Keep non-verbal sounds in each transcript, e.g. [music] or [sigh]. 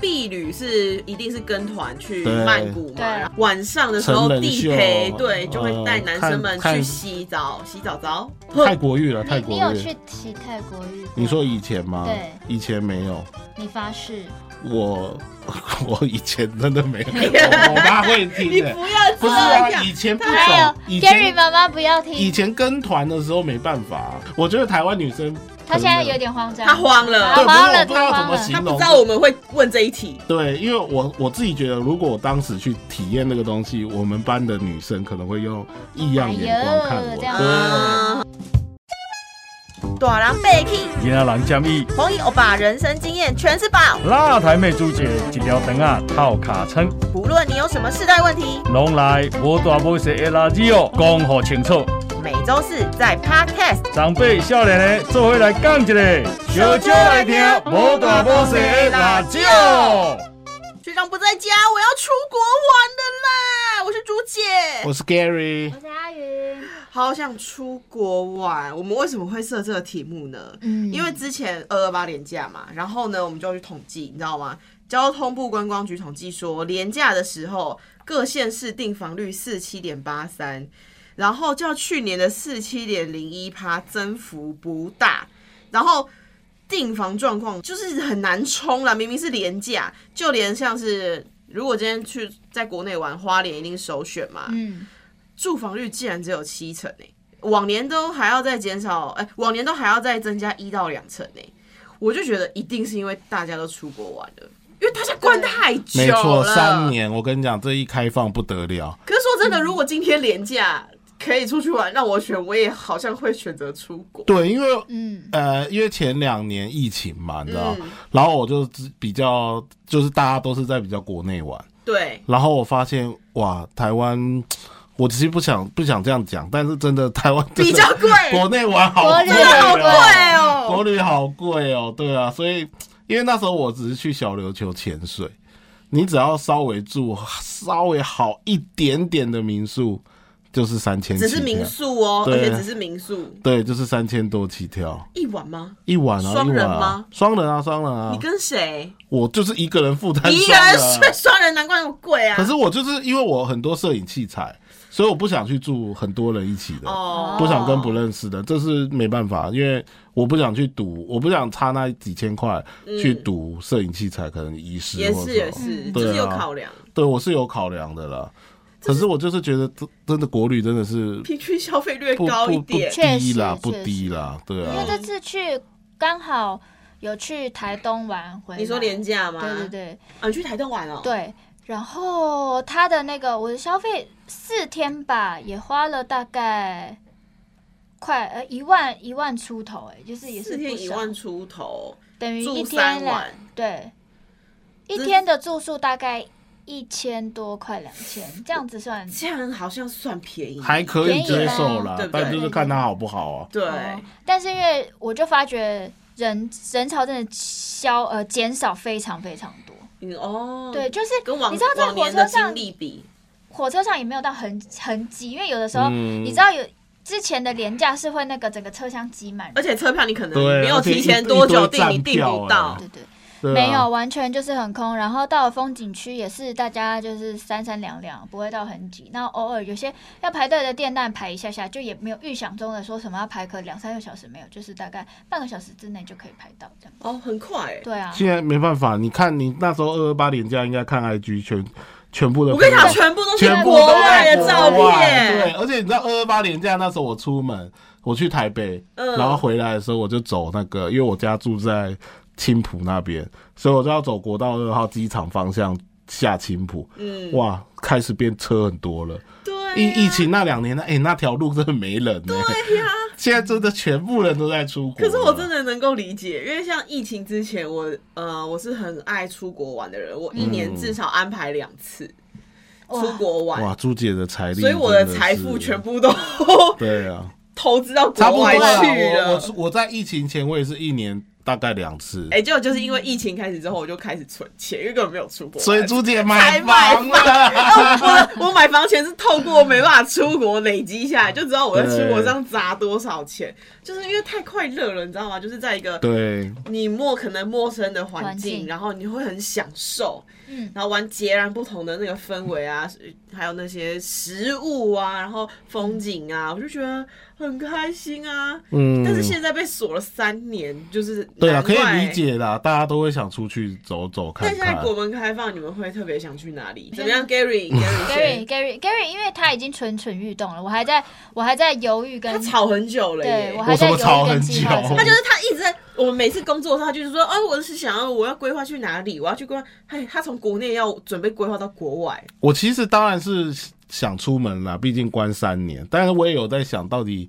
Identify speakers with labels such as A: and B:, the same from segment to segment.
A: 避旅是一定是跟团去
B: 对
A: 曼谷嘛，
C: 对
A: 然
D: 啊
A: 后晚上的时候
B: 成人
A: 地
B: 秀
A: 陪，对，就会
B: 呃
A: 带男生们
B: 看
A: 去
B: 看
A: 洗澡，洗澡澡，
B: 泰国浴啊了，泰
C: 你
B: 国
C: 嗯你有
B: 浴。
C: 去骑泰国浴过？
B: 你说以前吗？
C: 对，
B: 以前没有，
C: 你发誓？
B: 我 [laughs] 我以前真的没
C: [laughs]
B: 有，我我妈会听
A: 你
B: 的。
A: 不要
B: 不是
A: 这
B: 啊，
A: 样
B: 以前不
C: 还
B: 懂，
C: 有
B: 以
C: Gary
B: 前
C: 妈妈不要
B: 以
C: 听，
B: 前跟团的时候没办法、我觉得台湾女生
C: 她现在
B: 可能
C: 有点慌张。
A: 他慌了，
B: 对，
C: 好
B: 不
C: 吧
B: 是我
C: 了
B: 不知道怎么
A: 他
B: 形
A: 不
B: 容
A: 知。道我们会问这一题，
B: 对，因为我我自己觉得，如果我当时去体验那个东西，我们班的女生可能会用异样眼光看
C: 哎
B: 我。
C: 呦这样
B: 对，
C: 啊
D: 大人被气，
E: 野人建议，
D: 红衣欧巴人生经验全是宝。
E: 那台妹主角一条肠啊套卡称，
D: 不论你有什么世代问题，
E: 拢来无大无小的垃圾哦，讲好清楚。
D: 每周四在 Podcast
E: 长辈少年的做伙来讲一个，
D: 小酒来听无大无小的辣
E: 哦
D: 椒。学长不在家，我要出国玩的啦！我是朱姐，
B: 我是 Gary，
C: 我是阿云，
A: 好想出国玩。我们为什么会设这个题目呢？
C: 嗯
A: 因为之前二二八连假嘛，然后呢，我们就要去统计，你知道吗？交通部观光局统计说，廉假的时候各县市订房率四七点八三，然后较去年的四七点零一趴增幅不大，然后订房状况就是很难冲啦，明明是廉价，就连像是如果今天去在国内玩，花莲一定首选嘛，
C: 嗯，
A: 住房率竟然只有七成诶、往年都还要再减少，哎、往年都还要再增加一到两成诶、欸我就觉得一定是因为大家都出国玩了，因为大家关太久了，
B: 没错，三。年。我跟你讲，这一开放不得了。
A: 可是说真的，如果今天廉价可以出去玩，让我选，我也好像会选择出国。
B: 对，因为
C: 嗯
B: 呃，因为前两年疫情嘛，你知道，
A: 嗯
B: 然后我就只比较就是大家都是在比较国内玩，
A: 对，
B: 然后我发现哇，台湾。我其实不想不想这样讲，但是真的台湾真的
A: 比较贵
B: 国内玩好
C: 国
B: 贵
C: 内玩
B: 哦
C: 好贵
A: 对哦，
B: 国旅好贵哦，对啊，所以因为那时候我只是去小琉球潜水，你只要稍微住稍微好一点点的民宿，就是三千，
A: 只是民，宿哦，而
B: 对啊
A: 且只是民宿
B: 对，就是三千多起跳
A: 一晚吗？
B: 一晚啊，
A: 双人
B: 一晚啊
A: 吗
B: 双人啊，双人啊
A: 你，跟谁？
B: 我就是一个人负担
A: 你一个
B: 双啊
A: 人睡双人，难怪那么贵啊！
B: 可是我就是因为我很多摄影器材，所以我不想去住很多人一起的。
A: 哦，
B: 不想跟不认识的，这是没办法，因为我不想去赌，我不想差那几千块去赌摄影器材可能遗失
A: 也
B: 或
A: 是也
B: 者什么。
A: 是，
C: 嗯
A: 就是
B: 对啊
A: 有考量。
B: 对，我是有考量的啦。可是我就是觉得真真的国旅真的是
A: 平均消费略
B: 不
A: 高一
B: 不不
A: 点。
C: 确
B: 低啦
C: 实，
B: 不
C: 确
B: 低啦，对
C: 因为
B: 啊。
C: 这次去刚好有去台东玩回来。
A: 你说廉价吗？
C: 对对对
A: 啊，你去台东玩哦。，
C: 对，然后他的那个我的消费四天吧，也花了大概快呃一万一万出头、哎，就是也是
A: 四天
C: 不
A: 一
C: 少
A: 万出头，
C: 等于一
A: 住
C: 天
A: 三
C: 两
A: 晚，
C: 对，一
A: 这
C: 天的住宿大概一千多，快两千，这样子算
A: 这样好像算便宜，
B: 还可以接受
A: 便宜啦
B: 啦
A: 对，不对
B: 但就是看它好不好啊。
A: 对，
C: 哦但是因为我就发觉人人潮真的消呃减少非常非常多，
A: 你哦，
C: 对，，就是
A: 跟往
C: 你知道在
A: 往
C: 火
A: 年
C: 车
A: 的
C: 上
A: 经，历比，
C: 火车上也没有到很很挤，因为有的时候、
B: 嗯
C: 你知道有之前的廉价是会那个整个车厢挤满
A: 而，且车票你可能
B: 对
A: 没有
B: 而且
A: 提
B: 一
A: 前
B: 一
A: 多久订，你
B: 堆站
A: 订不
B: 票
A: 到
B: 哎。
C: 对对，
B: 对啊
C: 没有，完全就是很空。然后到了风景区也是大家就是三三两两，不会到很挤。那偶尔有些要排队的店，但排一下下，就也没有预想中的说什么要排个两三个小时，没有，就是大概半个小时之内就可以排到这样。
A: 哦，很快哎。
C: 对啊，
B: 现在没办法，你看你那时候二二八年假应该看 IG 全全部的
A: 我
B: 朋
A: 跟
B: 友。
A: 你讲，全部都是
B: 全部
A: 国
B: 都
A: 外的照
B: 国外对，
A: 片，
B: 而且你知道二二八年假那时候我出门，我去台北，
A: 嗯
B: 然后回来的时候我就走那个，因为我家住在青浦那边，所以我就要走国道二号机场方向下青浦。
A: 嗯，
B: 哇，开始变车很多了。
A: 对啊，
B: 疫疫情那两年，哎、那条路真的没人呢、
A: 对呀。
B: 现在真的全部人都在出国。
A: 可是我真。的能够理解，因为像疫情之前我，呃我是很爱出国玩的人，我一年至少安排两次、出国玩，
B: 嗯哇，朱姐的财力，
A: 所以我的财富全。部都 [laughs]
B: 对啊，
A: 投资到
B: 差不
A: 国外
B: 多啦
A: 去
B: 我
A: 了
B: 我。我在疫情前，我也是一年大概两次。
A: 哎、结果就是因为疫情开始之后，我就开始存钱，因为根本没有出国玩。
B: 所以朱姐
A: 才
B: 买
A: 买
B: 房
A: 房，
B: 啊了，
A: 哎我的我买房钱是透过没办法出国累积下来，就知道我在出国上砸多少钱，就是因为太快乐了，你知道吗？就是在一个
B: 对，
A: 你陌可能陌生的环
C: 环
A: 境，
C: 境
A: 然后你会很享受，
C: 嗯
A: 然后玩截然不同的那个氛围啊，还有那些食物啊，然后风景啊，我就觉得很开心啊。
B: 嗯，
A: 但是现在被锁了三年，就是
B: 对啊，
A: 难
B: 可以
A: 怪
B: 理。解啦，大家都会想出去走走
A: 但
B: 看
A: 现在
B: 看。
A: 国门开放，你们会特别想去哪里？怎么样，Gary？Gary
B: [laughs]
C: 嗯
A: 先
C: Gary Gary Gary，因为他已经蠢蠢欲动了，我还在我还在犹豫
A: 他
C: 跟
A: 吵很久了耶
C: 对，我还在
B: 我怎么吵
C: 犹豫
B: 很
C: 跟计划
B: 久
C: 中
A: 他就是他一直在我们每次工作的时候，他就是说，哦，我是想要我要规划去哪里，我要去规划。他哎他从国内要准备规划到国外，
B: 我其实当然是想出门啦，毕竟关三年，但是我也有在想到底，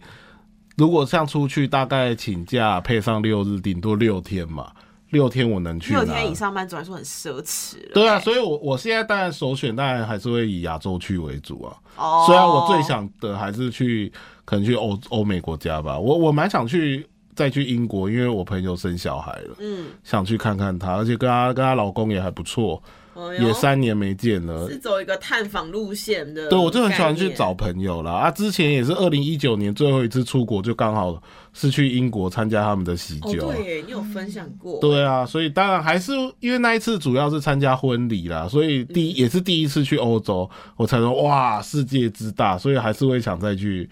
B: 如果像出去大概请假配上六日，顶多六天嘛，六天我能去
A: 六
B: 哪
A: 天以？上班族来说很奢侈了。
B: 对啊，所以我我现在当然首选当然还是会以亚洲区为主啊。
A: 哦
B: 虽然我最想的还是去，可能去欧欧美国家吧。我我蛮想去再去英国，因为我朋友生小孩了，
A: 嗯，
B: 想去看看她，而且跟她跟她老公也还不错，
A: 哎呦
B: 也三年没见了
A: 是。走一个探访路线的。
B: 对，我就很喜欢去找。朋友啦。啊，之前也是二零一九年最后一次出国，就刚好是去英国参加他们的喜
A: 哦，
B: 酒。啊
A: 对耶，你有分享过。
B: 对啊，所以当然还是因为那一次主要是参加婚礼啦，所以第
A: 嗯
B: 也是第一次去欧洲，我才说哇，世界之大，所以还是会想再去，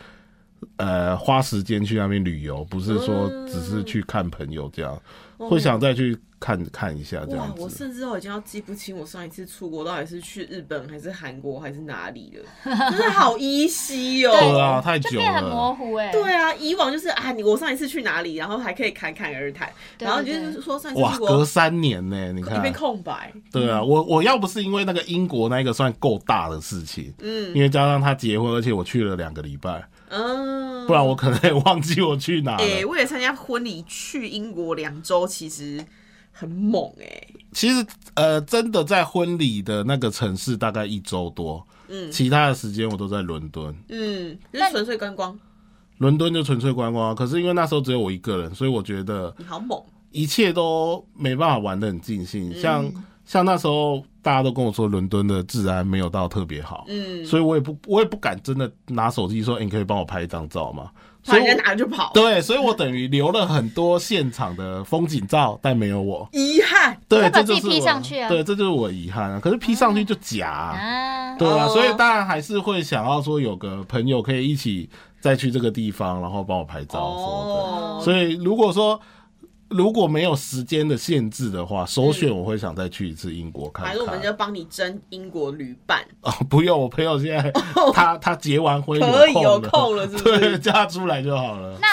B: 呃，花时间去那边旅游，不是说
A: 嗯
B: 只是去看朋友这样，会想再去看看一下这
A: 哇
B: 样，
A: 哦我
B: 子。
A: 甚至都已经要记不清我上一次出国到底是去日本还是韩国还是哪里
B: [laughs]
A: 了，真的好依稀哦。
B: 对啊，太
C: 就
B: 久
C: 变很模
B: 了。
C: 糊哎、
A: 对啊，以往就是啊，你我上一次去哪里，然后还可以侃侃而谈，
C: 对啊
A: 然后你
C: 对
A: 就是说上一次
B: 哇，
A: 出
B: 隔
A: 国
B: 三年呢、你
A: 一片
B: 看，
A: 空白，
B: 对啊，我我要不是因为那个英国那一个算够大的事情，
A: 嗯
B: 因为加上他结婚，而且我去了两个礼拜，
A: 嗯，
B: 不然我可能也忘记我去哪了。
A: 哎、为了参加婚礼去英国两周，其实很猛哎、
B: 其实呃，真的在婚礼的那个城市大概一周多，
A: 嗯
B: 其他的时间我都在伦敦。
A: 嗯，就是纯粹观光，
B: 伦敦就纯粹观光啊，可是因为那时候只有我一个人，所以我觉得
A: 你好猛，
B: 一切都没办法玩得很尽兴。
C: 嗯
B: 像像那时候大家都跟我说伦敦的治安没有到特别好，
A: 嗯，
B: 所以我也不我也不敢真的拿手机说、欸你可以帮我拍一张照吗？
A: 把
B: 所以
A: 人家
B: 我
A: 拿了就跑，
B: [laughs] 对，所以我等于留了很多现场的风景照，但没有我。
A: 遗憾，
B: 对，
C: 再把
B: 这就
C: 自己
B: 是
C: 披
B: 我
C: 上去啊
B: 对，这就是我的遗憾啊。可是披上去就假啊、[laughs]
C: 啊，
B: 对啊，
A: 哦
B: 所以当然还是会想要说有个朋友可以一起再去这个地方，然后帮我拍照什么的。
A: 哦，
B: 哦所以如果说如果没有时间的限制的话，首选我会想再去一次英国看
A: 反
B: 看
A: 正我。们就帮你争英国旅伴，
B: 哦， [laughs] 不用，我朋友
A: [laughs]
B: 现在他他结完婚
A: 可以有
B: 了
A: 空了是不
B: [laughs] 对，
A: 是？
B: 叫他出来就好了。
C: 那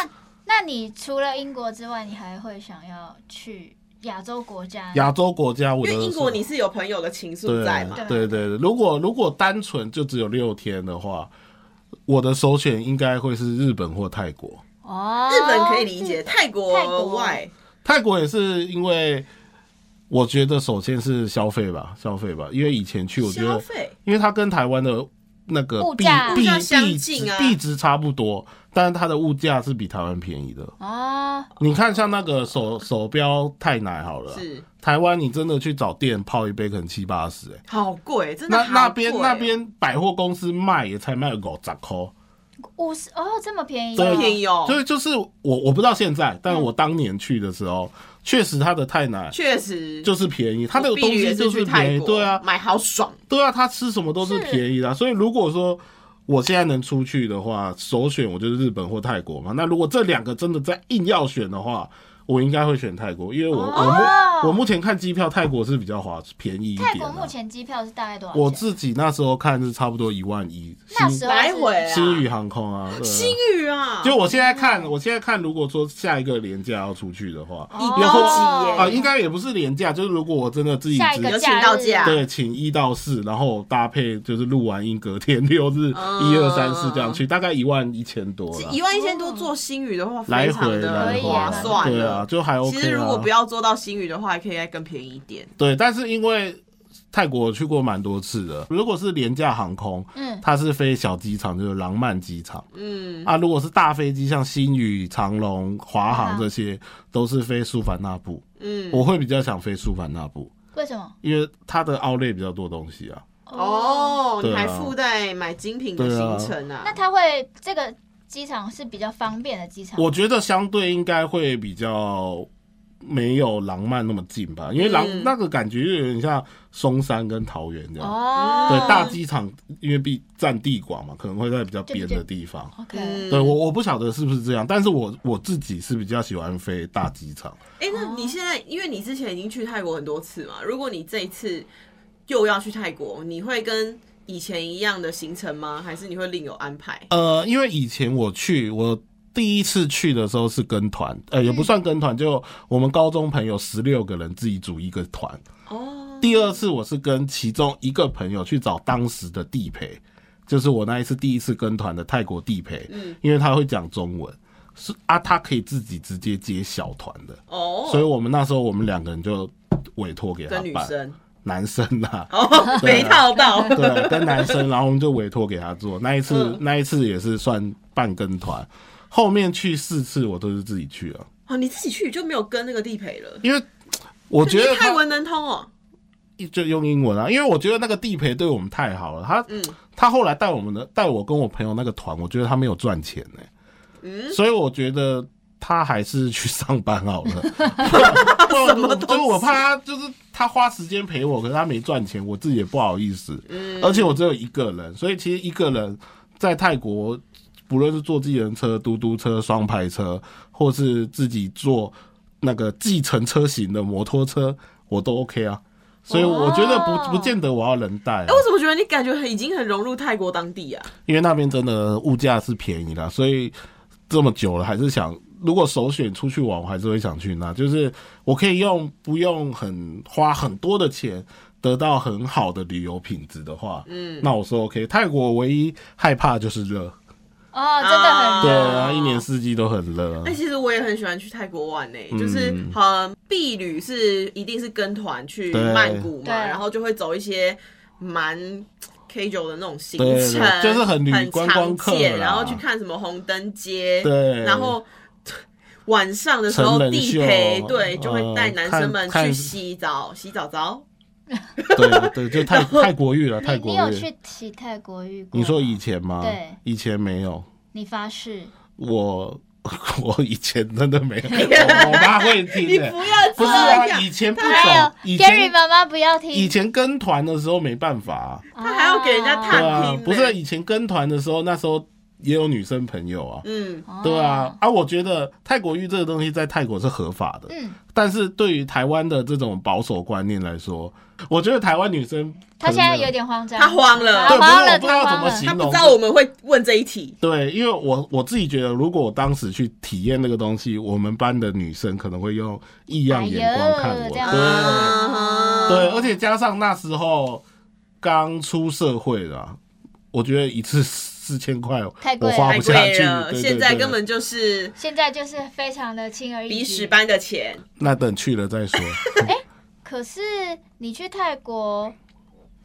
C: 那你除了英国之外，你还会想要去亚洲国家？
B: 亚洲国家，我
A: 因
B: 的
A: 为英国你是有朋友的情愫在嘛，
B: 对对对，如果如果单纯就只有六天的话，我的首选应该会是日本或泰国。
C: 哦，
A: 日本可以理解，泰
C: 泰
A: 国
C: 国
A: 外
B: 泰国也是因为，我觉得首先是消费吧，消费吧，因为以前去我觉
A: 消
B: 得，
A: 费，
B: 因为它跟台湾的那个
C: 物
B: 币
C: 价
B: 币
A: 物价相
B: 币
A: 近
B: 值
A: 啊
B: 币值差不多，但是它的物价是比台湾便宜的。
C: 哦，
B: 你看，像那个手手标泰奶好了，啊
A: 是
B: 台湾你真的去找店泡一杯可能七八十、欸，
A: 好贵，真的
B: 那
A: 好
B: 那边
A: 贵哦
B: 那边百货公司卖也才卖五十块。
C: 五十哦，这么便宜、
A: 这
B: 对啊
A: 么便宜哦，嗯
B: 所以呃就是我我不知道现在，但我当年去的时候，确、实它的泰奶
A: 确实
B: 就是便宜，它那
A: 我
B: 个
A: 婢
B: 东
A: 女也
B: 西就是
A: 去泰
B: 便宜，
A: 国，
B: 对啊，
A: 买好爽，
B: 对啊，它吃什么都是便宜的啊、所以如果说我现在能出去的话，首选我就是日本或泰国嘛。那如果这两个真的在硬要选的话，我应该会选泰国，因为我、我目我目前看机票泰国是比较划便宜一
C: 泰
B: 点、
C: 国目
B: 啊。
C: 前机票是大概多少钱？
B: 我自己那时候看是差不多一万一，
C: 那
B: 新
C: 时候
A: 来
C: 是
A: 回啊，
B: 新宇航空啊，对啊
A: 新宇啊，
B: 就我现在看，我现在看，如果说下一个廉价要出去的话，
A: 以
C: 哦
A: 高级耶
B: 啊、应该也不是廉价，就是如果我真的自己
C: 下一
B: 直
C: 个
A: 有请到假
B: 对，请一到四，然后搭配就是录完音，隔天 [laughs] 六日
A: 嗯
B: 一二三四这样去，大概一万一千多了，
A: 一万一千多做新宇的话，
B: 来
A: 非常
B: 回
A: 的
B: 来
C: 可以
B: 回
A: 划
C: 啊
A: 算
B: 对啊，
A: 了。
B: 就还 OK
A: 其
B: 啊。
A: 实如果不要做到新宇的话，还可以再更便宜一点。
B: 对，但是因为泰国去过蛮多次的。如果是廉价航空，
C: 嗯
B: 它是飞小机场，就是廊曼机场
A: 嗯，
B: 啊。如果是大飞机，像新宇、长龙、华航这些，都是飞苏凡那布。
A: 嗯，
B: 我会比较想飞苏凡那布，
C: 为什么？
B: 因为它的奥类比较多东西啊。
A: 哦，
B: 对
A: 你
B: 啊
A: 还附带买精品的
B: 对
A: 行
B: 啊
A: 程啊？
C: 那它会这个机场是比较方便的机场，
B: 我觉得相对应该会比较没有廊曼那么近吧，因为廊、
A: 嗯
B: 那个感觉又有点像松山跟桃园这样。
C: 哦，
B: 对，大机场因为比占地广嘛，可能会在比较
C: 对比
B: 边
C: 较
B: 的地方。
A: 嗯
C: OK，
B: 对我我不晓得是不是这样，但是我我自己是比较喜欢飞大机场。
A: 哎、那你现在，因为你之前已经去泰国很多次嘛，如果你这一次又要去泰国，你会跟以前一样的行程吗？还是你会另有安排？
B: 呃，因为以前我去我。第一次去的时候是跟团，呃，也不算跟团，就我们高中朋友十六个人自己组一个团。
A: 哦，
B: 第二次我是跟其中一个朋友去找当时的地陪，就是我那一次第一次跟团的泰国地陪，
A: 嗯，
B: 因为他会讲中文，是啊，他可以自己直接接小团的，
A: 哦，
B: 所以啊我们那时候我们两个人就委托给他
A: 跟女
B: 办，
A: 生，
B: 男生啦
A: 哦，
B: 对
A: [laughs] 没套到，
B: 对，跟男生，然后我们就委托给他做。那一次，
A: 嗯
B: 那一次也是算半跟团，后面去四次我都是自己去了，
A: 哦，你自己去就没有跟那个地陪了。
B: 因为我觉
A: 可
B: 得
A: 是泰
B: 他
A: 文能通哦，
B: 就用英文啊，因为我觉得那个地陪对我们太好了，他
A: 嗯
B: 他后来带我们的带我跟我朋友那个团，我觉得他没有赚钱呢、
A: 嗯，
B: 所以我觉得他还是去上班好
A: [laughs]
B: 了。
A: 什
B: 什
A: 么东西
B: 就是我怕他，就是他花时间陪我，可是他没赚钱，我自己也不好意思。
A: 嗯
B: 而且我只有一个人，所以其实一个人在泰国，不论是坐自行车、嘟嘟车、双排车，或是自己坐那个计程车型的摩托车，我都 OK 啊。所以我觉得
C: 哦
B: 不不见得我要人带、啊
A: 哎、，我怎么觉得你感觉很已经很融入泰国当地啊？
B: 因为那边真的物价是便宜啦，所以这么久了还是想，如果首选出去玩，我还是会想去那，就是我可以用不用很花很多的钱得到很好的旅游品质的话，嗯，那我说 OK。泰国唯一害怕就是热，
C: 哦，真的很
B: 对
C: 热
B: 啊，一年四季都很热啊
A: 哎、。其实我也很喜欢去泰国玩呢、就是
B: 嗯
A: 好像避旅是一定是跟团去
B: 对
A: 曼谷嘛，
C: 对
A: 然后就会走一些蛮 K 九的那种行
B: 对对
A: 程，
B: 对就是很旅
A: 很
B: 观光客
A: 常见
B: 啦
A: 然后去看什么红灯街，
B: 对
A: 然后。晚上的时候
B: 成，人
A: 地陪
B: 秀
A: 对就会带
B: 嗯
A: 男生们
B: 看
A: 去
B: 看
A: 洗澡，洗澡澡。
B: 对啊对，就
C: [laughs]
B: 泰泰国浴了，泰
C: 你
B: 国
C: 你有
B: 浴。
C: 去骑泰国浴过吗？
B: 你说以前吗？
C: 嗯对
B: 以前没有，
C: 你发誓，
B: 我 [laughs] 我以前真的没
C: [laughs]
B: 有，我我妈会听、
A: 你
B: 欸
A: 不。要
B: 不是
C: 哦
A: 这
B: 啊，
A: 样
B: 以前不
C: 还有
B: 懂，以
C: Gary
B: 前
C: 妈妈不要听，
B: 以前跟团的时候没办法啊、
A: 他还要给人家
B: 对
A: 探
B: 啊
A: 听，
B: 不
A: 呢
B: 是以前跟团的时候，那时候也有女生朋友啊，
A: 嗯，
C: 哦
B: 对啊，，啊，我觉得泰国浴这个东西在泰国是合法的，
C: 嗯，
B: 但是对于台湾的这种保守观念来说，我觉得台湾女生
C: 他现在有
B: 点
C: 点慌张，
A: 他慌了
B: 对，
C: 他
B: 不是
C: 慌了
B: 我不知道
C: 他
B: 怎
C: 慌
B: 么
C: 了
B: 形
A: 他不
B: 容
A: 知，道我们会问这一题，
B: 对，因为我我自己觉得，如果我当时去体验那个东西，我们班的女生可能会用异样眼光看
C: 哎呦
B: 我，
C: 这样
B: 对。
A: 啊
B: 对，而且加上那时候刚出社会啦、我觉得一次四千块
C: 太贵
B: 我
C: 了
B: 花
A: 太
B: 不
A: 贵
B: 下去，
A: 了，
B: 对
A: 现在根。
B: 对对
A: 本就是
C: 现在就是非常的轻而易举，
A: 鼻屎般的钱。
B: 那等去了再说。
C: 哎可是你去泰国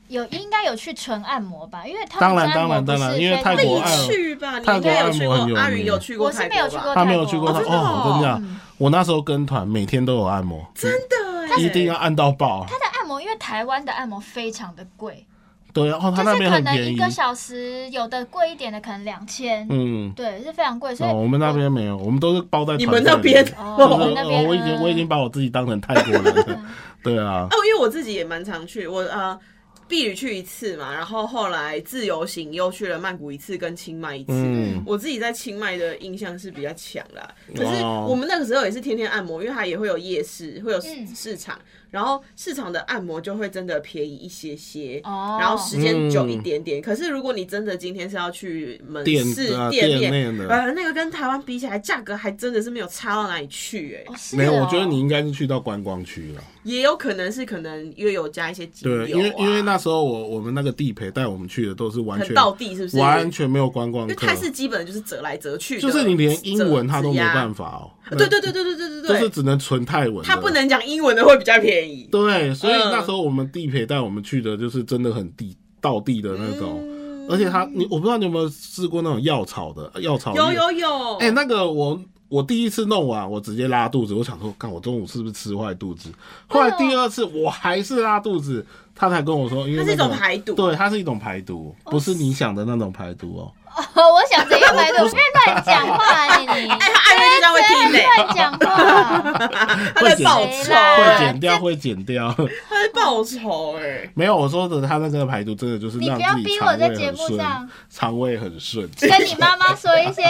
C: 有应该有去纯按摩吧？因为他
B: 当
C: 们
B: 然
C: 按摩
B: 当然
C: 不是
B: 当然
C: 非
B: 因为泰
A: 那
B: 国
A: 你
B: 按摩
A: 去吧，你
B: 泰
A: 应
B: 国
A: 该有
B: 按
A: 去
B: 摩
A: 过，
B: 很有名啊
A: 阿云有去过
C: 我
A: 泰国吧，
C: 是没有去过
B: 他没有去过
C: 哦
B: 他
A: 真的哦
B: 我跟你
C: 嗯
B: 讲，我那时候跟团，每天都有按摩，
A: 真的耶
B: 一定啊要按到爆。
C: 他的按摩，因为台湾的按摩非常的贵，
B: 对，然后他那
C: 就是
B: 边
C: 可
B: 很
C: 能
B: 便
C: 一
B: 宜
C: 个。小时有的贵一点的可能两千、
B: 嗯，
C: 对，是非常贵，所以、
B: 哦，我们那边没有，我们都是包在
A: 你
B: 团
A: 们
B: 费
A: 那
B: 里
A: 边
C: 哦
B: 我
C: 我们那边嗯
B: 我已经我已经把我自己当成泰国人了。 [laughs] 对啊，
A: 哦，因为我自己也蛮常去，我呃。避旅去一次嘛，然后后来自由行又去了曼谷一次跟清迈一次。
B: 嗯
A: 我自己在清迈的印象是比较强啦，可
B: 哇
A: 是我们那个时候也是天天按摩，因为它也会有夜市，会有市
C: 嗯
A: 市场，然后市场的按摩就会真的便宜一些些，
C: 哦
A: 然后时
B: 嗯
A: 间久一点点。可是如果你真的今天是要去门
B: 店
A: 市
B: 啊
A: 店
B: 店
A: 面，
B: 内的
A: 呃，那个跟台湾比起来，价格还真的是没有差到哪里去、哎、
C: 哦是
B: 没有，
C: 哦
B: 我觉得你应该是去到观光区了。
A: 也有可能是可能因为有加一些精油、啊，
B: 对，因为因为那时候我我们那个地陪带我们去的都是完
A: 很
B: 全
A: 到地是不是？
B: 完全没有观光
A: 因为
B: 客，
A: 泰式基本就是折来折去的，
B: 就是你连英文他都没办
A: 法。
B: 法哦。
A: 对对对对对对对
B: [laughs] 就
A: 对，
B: 是只能纯泰文的，
A: 他不能讲英文的会比较便宜。
B: 对，所以
A: 嗯
B: 那时候我们地陪带我们去的，就是真的很地道地的那种，
A: 嗯
B: 而且他你我不知道你有没有试过那种药草的药草
A: 有
B: 浴
A: 有
C: 哦
A: 有，
B: 哎、那个我我第一次弄完，我直接拉肚子，我想说，看我中午是不是吃坏肚子？后来第二次我还是拉肚子，他才跟我说，因为
A: 它是一
B: 那
A: 种排毒
B: 对，它是一种排毒，
C: 哦
B: 不是你想的那种排毒哦。
C: 我想怎样排
B: [laughs]
C: 毒？别乱讲话，啊你你。
A: 哎，他按月就这样会听嘞，
C: 乱讲话，啊
A: 他在报
C: 谁
A: 仇
C: 啦
B: 会
A: 哎，
B: 剪掉，会剪掉。
A: 他在报仇哎。
B: 没有，我说的他那个排毒真的就是
C: 你
B: 让
C: 不要
B: 自己
C: 逼
B: 肠
C: 我在
B: 胃
C: 节
B: 很
C: 目
B: 顺 [laughs]
C: 上，啊
B: 肠胃很顺。
C: 跟你妈妈说一些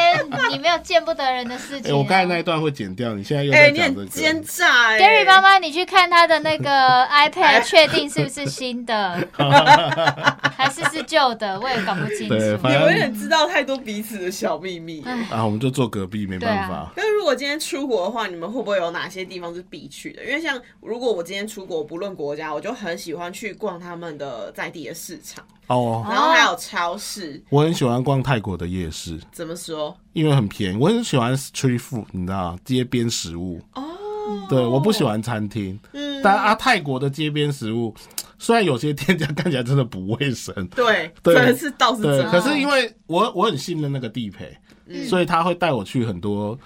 C: 你没有见不得人的
B: [laughs]
C: 事
B: 哎、
C: 情啊。
B: 我刚才那一段会剪掉，你现在又
A: 哎，
B: 在
A: 你
B: 讲这
A: 很
B: 个。
A: 奸诈哎
C: Gary 妈妈，你去看她
B: [laughs]
C: 的那个 iPad，确定是不是新的，还是是旧的？我也搞不清
B: 对
C: 楚
B: 反。
A: 你
B: 正
A: 们也知道太多彼此的小秘密。
C: 哎
B: 啊，我们就坐隔壁，没办
C: 对啊
B: 法。
A: 但是如果今天出国的话，你们会不会有哪些地方是必去的？因为像如果我今天出国，不论国家，我就很喜欢去逛他们的在地的市场，
B: 哦，
A: 然后还有超市。
B: 我很喜欢逛泰国的夜市。
A: 怎么说？
B: 因为很便宜。我很喜欢 street food，你知道，街边食物。哦，对，我不喜欢餐厅。嗯，但啊，泰国的街边食物，虽然有些店家看起来真的不卫生，
A: 对，
B: 对
A: 真的是倒是真
B: 对，
A: 的。
B: 可是因为我我很信任那个地陪，
A: 嗯
B: 所以他会带我去很多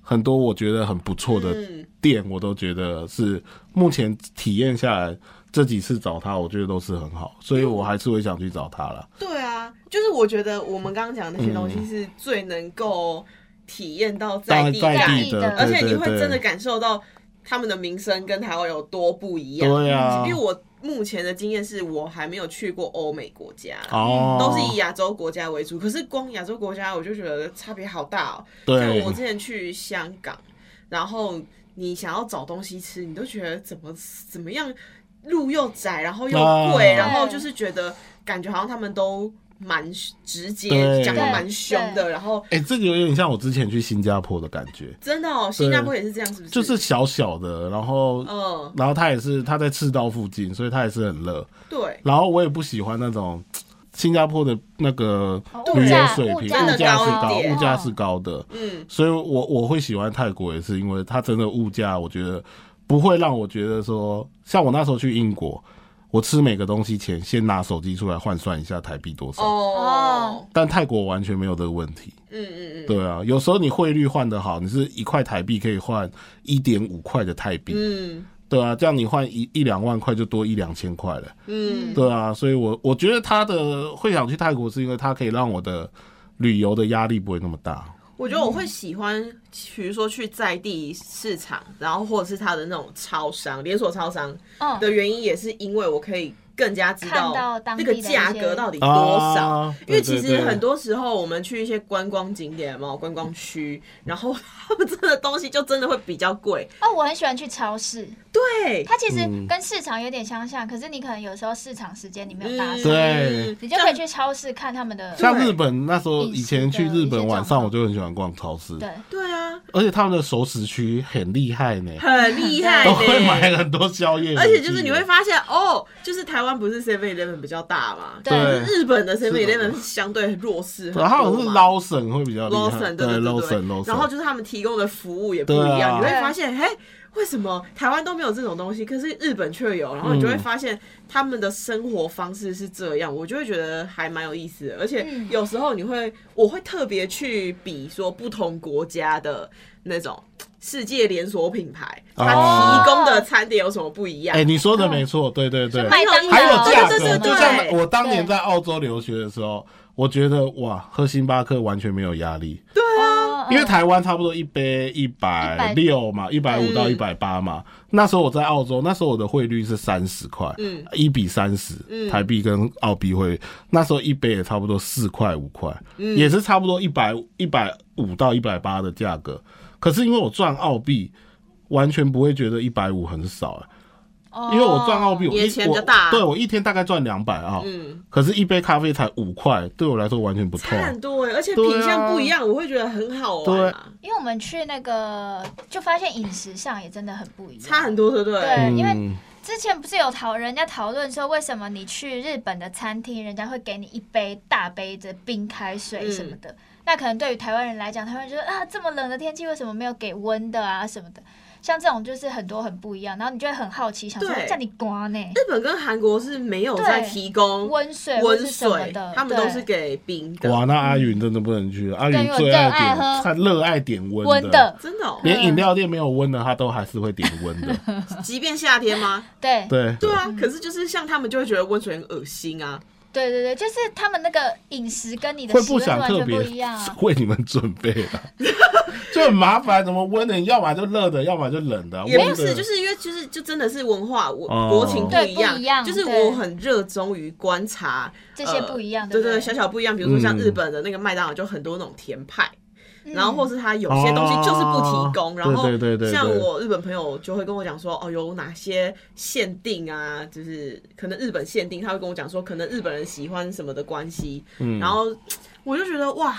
B: 很多我觉得很不错的
A: 嗯
B: 店，我都觉得是目前体验下来。这几次找他，我觉得都是很好，所以我还是会想去找他了。
A: 对啊，就是我觉得我们刚刚讲的那些东西是最能够体验到在
B: 在
A: 地
B: 在
A: 感，
B: 地的，
A: 而且你
B: 对对
A: 会
B: 对
A: 真的感受到他们的民生跟台湾有多不一样。
B: 对啊，
A: 因为我目前的经验是我还没有去过欧美国家。
B: 哦，
A: 都是以亚洲国家为主，可是光亚洲国家我就觉得差别好大哦。像
B: 对
A: 我之前去香港，然后你想要找东西吃，你都觉得怎么怎么样，路又窄，然后又
B: 啊
A: 贵，然后就是觉得感觉好像他们都蛮直接，
B: 对
A: 讲话蛮凶的，然后
B: 哎、这个有点像我之前去新加坡的感觉，
A: 真的哦，新加坡也是这样，是不是？
B: 就是小小的，然后，
A: 嗯，
B: 然后它也是它在赤道附近，所以它也是很热。
A: 对，
B: 然后我也不喜欢那种新加坡的那个
C: 物
B: 旅游
C: 价
B: 水
C: 物
B: 平，
C: 价
B: 物
A: 真的
B: 价
A: 高
B: 是
A: 一
B: 高，
A: 点
B: 物价是高的，
A: 嗯，
B: 所以我我会喜欢泰国也是因为它真的物价，我觉得不会让我觉得说，像我那时候去英国，我吃每个东西前先拿手机出来换算一下台币多少，
A: 哦
C: 哦，
B: 但泰国完全没有这个问题。
A: 嗯嗯嗯
B: 对啊，有时候你汇率换的好，你是一块台币可以换一点五块的泰币，
A: 嗯
B: 对啊，这样你换一一两万块就多一两千块了，
A: 嗯，
B: 对啊，所以我我觉得他的会想去泰国是因为它可以让我的旅游的压力不会那么大，
A: 我觉得我会喜欢，比如说去在地市场，然后或者是它的那种超商、连锁超商，
C: 嗯，
A: 的原因也是因为我可以更加知
C: 看到
A: 道
C: 当地
A: 这
C: 的
A: 个
C: 一些
A: 价格到底多少。
B: 啊
A: 因为
B: 对
A: 其
B: 对
A: 实
B: 对
A: 很多时候我们去一些观光景点嘛，观光区，然后 [laughs] 他们真的东西就真的会比较贵。
C: 哦，我很喜欢去超市，
A: 对，
C: 它其实
B: 嗯
C: 跟市场有点相像，可是你可能有时候市场时间你没有
A: 嗯
C: 搭上，
B: 对
C: 你就可以去超市看他们的。
B: 像
A: 对
B: 日本那时候以前去日本晚上我就很喜欢逛超市，
C: 对，
A: 对啊，
B: 而且他们的熟食区很厉害
A: [laughs]
B: 呢，
A: 很厉害
B: 都会买
A: 呢。
B: 很多宵夜，
A: 而且就是你会发现哦，就是台湾不是 Seven Eleven 比较大嘛，
C: 对
A: 可是日本的 Seven
B: 的
A: Eleven 是相对弱势很多
B: 对，
A: 嘛，
B: 还有是 Lawson 会比较厉害
A: Lawson 对对
B: 对
A: 对
B: Lawson Lawson，
A: 然后就是他们提供的服务也不
B: 对
A: 一
B: 啊
A: 样，你会发现，哎，为什么台湾都没有这种东西，可是日本却有？然后你就会
B: 嗯
A: 发现他们的生活方式是这样，我就会觉得还蛮有意思的。而且
C: 嗯
A: 有时候你会，我会特别去比说不同国家的那种世界连锁品牌，它
B: 哦
A: 提供的餐点有什么不一样
B: 哎、？你说的没错，对对对，
C: 麦当劳
B: 还有价
A: 对
B: 格，
A: 对对对
B: 就像我当年
C: 对
B: 在澳洲留学的时候，我觉得哇，喝星巴克完全没有压力，
C: 哦
B: 啊因为台湾差不多一杯嗯一百嗯六嘛，一百五到一百八嘛。那时候我在澳洲，那时候我的汇率是三十块，
A: 嗯，
B: 一比三十，台币跟澳币汇，那时候一杯也差不多四块五块，也是差不多一百一百五到一百八的价格。可是因为我赚澳币，完全不会觉得一百五很少、哎
C: 哦
B: 因为我赚澳币，我
A: 你的
B: 一
A: 钱
B: 我
A: 比较大
B: 对我一天大概赚两百啊，
A: 嗯
B: 可是一杯咖啡才五块，对我来说完全不
A: 差
B: 痛。
A: 很多哎，而且
B: 对啊
A: 品相不一样，我会觉得很好玩啊，
C: 因为我们去那个就发现饮食上也真的很不一样，
A: 差很多，对不对？
C: 对，因为
B: 嗯，
C: 之前不是有讨人家讨论说，为什么你去日本的餐厅，人家会给你一杯大杯的冰开水什么的？那可能对于台湾人来讲，他们觉得啊，这么冷的天气，为什么没有给温的啊什么的？像这种就是很多很不一样，然后你就会很好奇，想说哎
A: 对
C: 叫你刮呢，
A: 日本跟韩国是没有在
C: 对
A: 提供
C: 温水或
A: 温
C: 是什么
A: 水
C: 的，，
A: 他们都是
C: 对
A: 给冰的，
B: 哇，那阿云真的不能去了，啊阿
C: 嗯对
B: 云
C: 因为我
B: 最
C: 热爱
B: 爱
C: 喝
B: 点，他热爱点温
C: 温
B: 的，
C: 的，嗯
A: 真的、哦，
B: 连饮料店没有温的，他都还是会点温的。
C: [laughs]
A: 即便夏天吗？
C: 对
B: 对，哦
A: 对啊，
C: 嗯
A: 可是就是像他们就会觉得温水很恶心啊，
C: 对对对，就是他们那个饮食跟你的
B: 会
C: 习
B: 不
C: 惯是
B: 想
C: 完
B: 特
C: 全
B: 别
C: 不一样啊。
B: 为你们准备的， [laughs] 就很麻烦。怎么温的，要么就热的，要么就冷的。啊
A: 也
B: 温
A: 不
B: 的
A: 是，就是因为就是就真的是文化我、
B: 哦
A: 国情不一
C: 对
A: 样，
C: 不一样
A: 就是
C: 对
A: 我很热衷于观察
C: 这些不一样
A: 呃
C: 对
A: 对
C: 不对
A: 小小不一样，比如说像
B: 嗯
A: 日本的那个麦当劳就很多那种甜派。
C: 嗯
A: 然后或是它有些东西就是不提供，
B: 哦
A: 然后
B: 对对对对对
A: 像我日本朋友就会跟我讲说，哦，有哪些限定啊，就是可能日本限定，他会跟我讲说，可能日本人喜欢什么的关系，
B: 嗯
A: 然后我就觉得哇。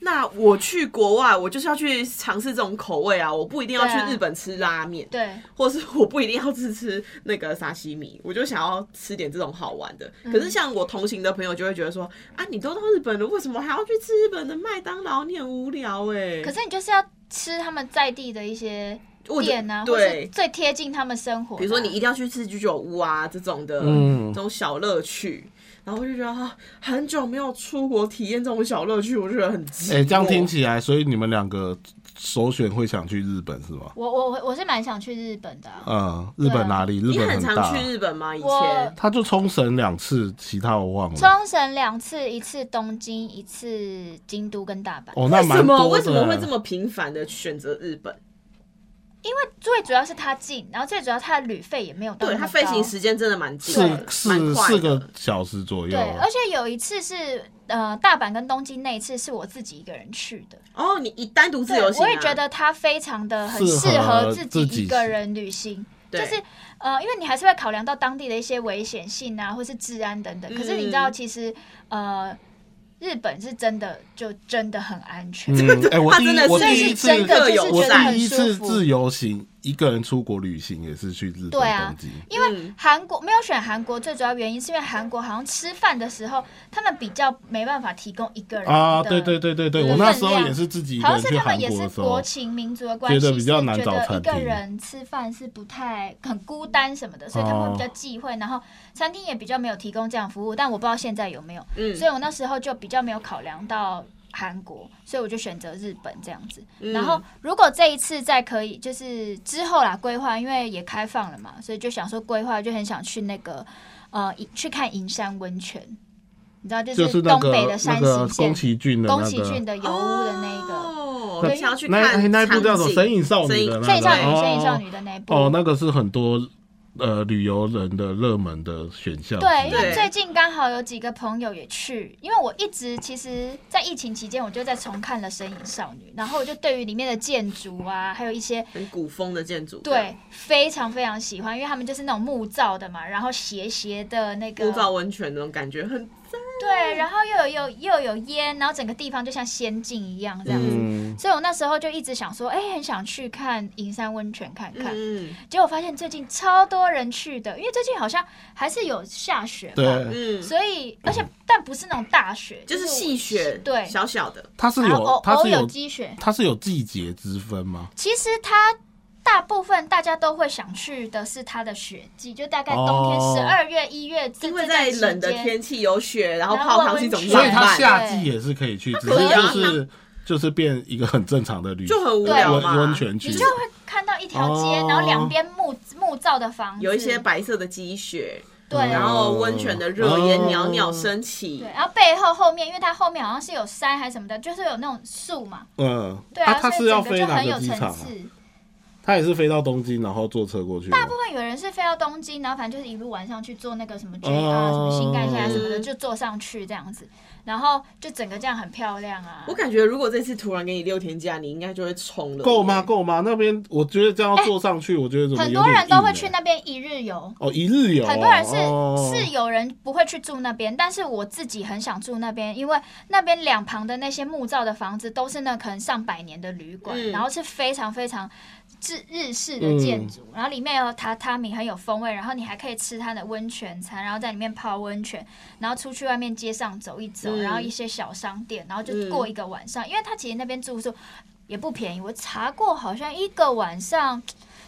A: 那我去国外，我就是要去尝试这种口味啊！我不一定要去
C: 对啊
A: 日本吃拉面，
C: 对，
A: 或是我不一定要只吃那个沙西米，我就想要吃点这种好玩的。
C: 嗯
A: 可是像我同行的朋友就会觉得说，啊，你都到日本了，为什么还要去吃日本的麦当劳？你很无聊哎、
C: 可是你就是要吃他们在地的一些
A: 我就
C: 店啊，或是
A: 对，
C: 最贴近他们生活的啊。
A: 比如说你一定要去吃居酒屋啊这种的，
B: 嗯
A: 这种小乐趣。然后我就觉得啊，很久没有出国体验这种小乐趣，我就觉得很寂寞。
B: 哎、这样听起来，所以你们两个首选会想去日本是吗？
C: 我我我我是蛮想去日本的
A: 哦
C: 啊、
B: 嗯，日本哪里？日
A: 你
B: 本
A: 很
B: 大
A: 常。去日本吗？以
C: 我
A: 前
B: 他就冲绳两次，其他我忘了。
C: 冲绳两次，一次东京，一次京都跟大阪。
B: 哦，那
A: 为什
B: 蛮
A: 么
B: 多
A: 为什么会这
B: 么？
A: 么频繁的选择日本？
C: 因为最主要是它近，然后最主要它的旅费也没有到
A: 对，
C: 那
A: 它
C: 么
A: 飞行
C: 高
A: 时间真的蛮近
B: 四
A: 的，蛮
B: 四
A: 快
B: 四
A: 的
B: 个小时左右
C: 对，。而且有一次是呃大阪跟东京那一次是我自己一个人去的，
A: 哦，你一单独自
C: 对，
A: 由行、啊，
C: 我也觉得它非常的很
B: 适
C: 适合
B: 合
C: 自己
B: 自己
C: 一个人旅行，就
A: 对
C: 是呃，因为你还是会考量到当地的一些危险性啊，或是治安等等。可是你知道，
A: 嗯
C: 其实呃，日本是真的就真的很安全，
B: 嗯，哎、我
A: 他
B: 第
A: 真
B: 一
A: 的是
B: 我第一
A: 是
B: 次
A: 真的
C: 就是
A: 有
B: 我
C: 觉得很
B: 第一
C: 舒
B: 次
C: 服
B: 自由行一个人出国旅行也是去日本
C: 对啊
B: 东京。
C: 因为
A: 嗯
C: 韩国没有选韩国，最主要原因是因为韩国好像吃饭的时候，他们比较没办法提供一个人
B: 啊，
C: 的
B: 对对对对对，
C: 的
B: 我那时候
C: 分量
B: 也是自己一个
C: 好像
B: 人
C: 是
B: 去
C: 他
B: 韩
C: 们也
B: 国
C: 是
B: 的时
C: 国
B: 候，
C: 情民族的关系，
B: 觉得比较难
C: 是
B: 找
C: 觉得一
B: 餐
C: 个
B: 厅
C: 人吃饭是不太很孤单什么的，所以他
B: 哦
C: 们会比较忌讳，然后餐厅也比较没有提供这样服务，但我不知道现在有没有，
A: 嗯
C: 所以我那时候就比较没有考量到。韩国，所以我就选择日本这样子。然后，如果这一次再可以，就是之后啦规划，因为也开放了嘛，所以就想说规划，就很想去那个呃，银去看银山温泉，你知道，就
B: 就是那
C: 东
B: 个
C: 北的山
B: 那个
C: 形县，
B: 宫崎骏的那
C: 宫崎骏
B: 个。
C: 的油屋的那一个，
A: 哦，
B: 那
A: 你想要去
B: 那哎
A: 看
B: 那一部叫什
A: 场
B: 么
A: 景
B: 神隐少女
A: 神隐
B: 的那
C: 《
B: 个
C: 圣少女》《
B: 哦
C: 圣少女》的那一部。
B: 哦，那个是很多呃旅游人的热门的选项。
C: 对，因为
A: 对
C: 最近刚好有几个朋友也去，因为我一直其实，在疫情期间，我就在重看了《身影少女》，然后我就对于里面的建筑啊，还有一些
A: 很古风的建筑，
C: 对非常非常喜欢，因为他们就是那种木造的嘛，然后斜斜的那
A: 对，
C: 个
A: 木造温泉那种感觉很
C: 对，然后又有又又有烟，然后整个地方就像仙境一样这样子。
B: 嗯，
C: 所以我那时候就一直想说，哎、很想去看银山温泉看看。
A: 嗯
C: 结果发现最近超多人去的，因为最近好像还是有下雪嘛，
B: 对，啊
A: 嗯，
C: 所以而且但不是那种大雪，
A: 就是细雪，
C: 对
A: 小小的，
B: 它是
C: 然后偶
B: 有它
C: 偶
B: 是
C: 有
B: 有
C: 积雪。
B: 它是有季节之分吗？
C: 其实它大部分大家都会想去的是它的雪季，就大概冬天
B: 哦
C: 十二月、一月这，
A: 因为
C: 这段
A: 在
C: 时
A: 冷的
C: 间
A: 天气有雪，然后
C: 然
A: 泡
C: 后
A: 汤是一种
C: 温泉
A: 浪
B: 所以它
A: 漫，
B: 夏季也是可以去，只是
C: 可以
B: 就
C: 啊
B: 是就是变一个很正常的旅
A: 就很无
C: 对
A: 聊
B: 温
A: 嘛。
B: 温泉区
C: 你。就会看到一条街，
B: 哦
C: 然后两边木木造的房子，
A: 有一些白色的积雪，
C: 对，
B: 嗯
C: 然
A: 然后
C: 后。
A: 温泉的热烟
B: 哦
A: 袅袅升起
C: 哦对，，然后背后后面，因为它后面好像是有山还是什么的，就是有那种树嘛，
B: 嗯，
C: 对
B: 啊它
C: 所
B: 是
C: 以
B: 要
C: 整个
B: 飞
C: 就
B: 哪
C: 很
B: 个
C: 有
B: 机
C: 层
B: 场啊？
C: 次。
B: 它也是飞到东京，然后坐车过去吗。啊
C: 大部分有人是飞到东京，然后反正就是一路晚上去坐那个什么 JR、
B: 哦
C: 什么新干线啊什么的，
A: 嗯
C: 就坐上去这样子，然后就整个这样很漂亮啊。
A: 我感觉如果这次突然给你六天假，你应该就会冲了。
B: 够吗？够吗？那边我觉得这样
C: 哎
B: 坐上去，我觉得怎么
C: 很
B: 有
C: 多
B: 点
C: 人都会
B: 硬
C: 去
B: 欸
C: 那边一日游，
B: 哦，一日游啊，
C: 很多人是、
B: 哦
C: 是有人不会去住那边，但是我自己很想住那边，因为那边两旁的那些木造的房子都是那可能上百年的旅馆，
A: 嗯
C: 然后是非常非常日日式的建筑，然后里面有榻榻米，很有风味。然后你还可以吃它的温泉餐，然后在里面泡温泉，然后出去外面街上走一走，
A: 嗯
C: 然后一些小商店，然后就
A: 嗯
C: 过一个晚上。因为它其实那边住宿也不便宜，我查过，好像一个晚上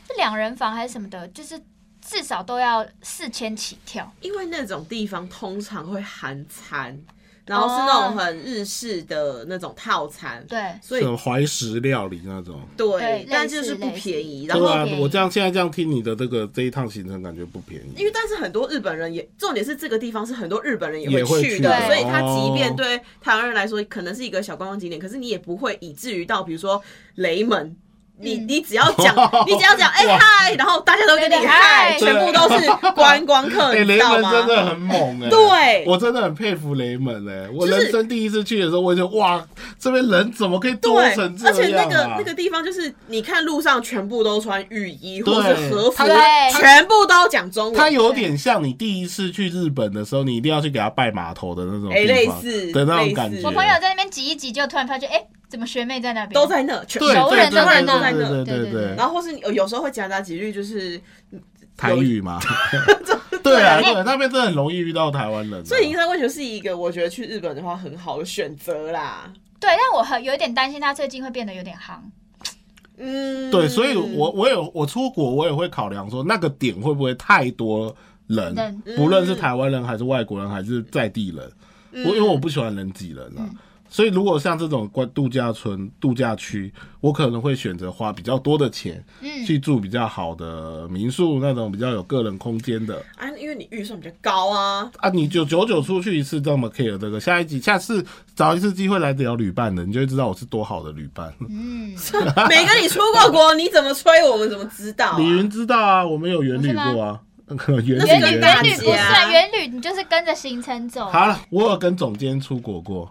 C: 是两人房还是什么的，就是至少都要四千起跳。
A: 因为那种地方通常会含餐，然后是那种很日式的那种套餐，
C: 对，
A: 所以
B: 什么怀石料理那种。
A: 对
C: 对，
A: 但
C: 类似
A: 就是不
C: 类似
A: 便宜。然
B: 对
A: 后
B: 啊
C: 不便，宜
B: 我这样现在这样听你的这个这一趟行程，感觉不便宜。
A: 因为但是很多日本人也，重点是这个地方是很多日本人也
B: 也会
A: 去
B: 去
A: 的，
C: 的
A: 所以它即便
B: 哦
A: 对台湾人来说可能是一个小观光景点，可是你也不会以至于到比如说雷门。你
C: 嗯
A: 你只要
B: [laughs]
A: 讲，你只要讲，哎
B: 哇
A: 嗨，然后大家都跟
C: 对
A: 你
C: 对
A: 嗨，
C: 嗨
A: 全部都是观光客，
B: [laughs] 哎、
A: 你知
B: 雷
A: 道
B: 门真
A: 吗？
B: 的很猛哎、
A: 对
B: 我真的很佩服雷门哎、我
A: 就是
B: 人生第一次去的时候，我就觉得哇，这边人怎么可以多
A: 对
B: 成，这
A: 而且
B: 样、啊、
A: 那个那个地方就是，你看路上全部都穿浴衣
B: 对
A: 或是和服
B: 它，
C: 对
A: 全部都讲中
B: 它
A: 文，
B: 有点像你第一次去日本的时候，你一定要去给他拜码头的那种
A: 哎
B: 地方
A: 类似
B: 的那
A: 类
B: 种
A: 似
B: 感觉。
C: 我朋友在那边挤一挤，就突然发现，哎、怎么学妹在那边？
A: 都在那，全
B: 对
C: 熟人
B: 对
C: 都在
B: 对对
C: 那
B: 对对
C: 对
B: 对
C: 对对
B: 对，
A: 然后或是你有有时候会夹杂几句就是
B: 台语嘛， [laughs] 对啊对，那边真的很容易遇到台湾人啊、
A: 所以银山温泉是一个我觉得去日本的话很好的选择啦。
C: 对，但我很有一点担心，他最近会变得有点夯。
A: 嗯，
B: 对，所以我我有我出国，我也会考量说那个点会不会太多人，
C: 人
B: 不论是台湾人还是外国人还是在地人，
C: 嗯
B: 我因为我不喜欢人挤人啊。所以，如果像这种关度假村、度假区，我可能会选择花比较多的钱，
C: 嗯，
B: 去住比较好的民宿，那种比较有个人空间的
A: 啊，因为你预算比较高啊，
B: 啊。你就久久出去一次，这么 care 这个，下一集、下次找一次机会来聊旅伴的，你就会知道我是多好的旅伴。
C: 嗯，
A: 没跟你出过国，你怎么催我们怎么知道、啊？
B: 李云知道啊，我们有远旅过啊， [laughs] 远
A: 那是
B: 旅
A: 跟
C: 原
A: 大
C: 原
A: 姐
C: 旅
A: 啊
C: 不算原旅，你就是跟着行程走。
B: 好了，我有跟总监出国过，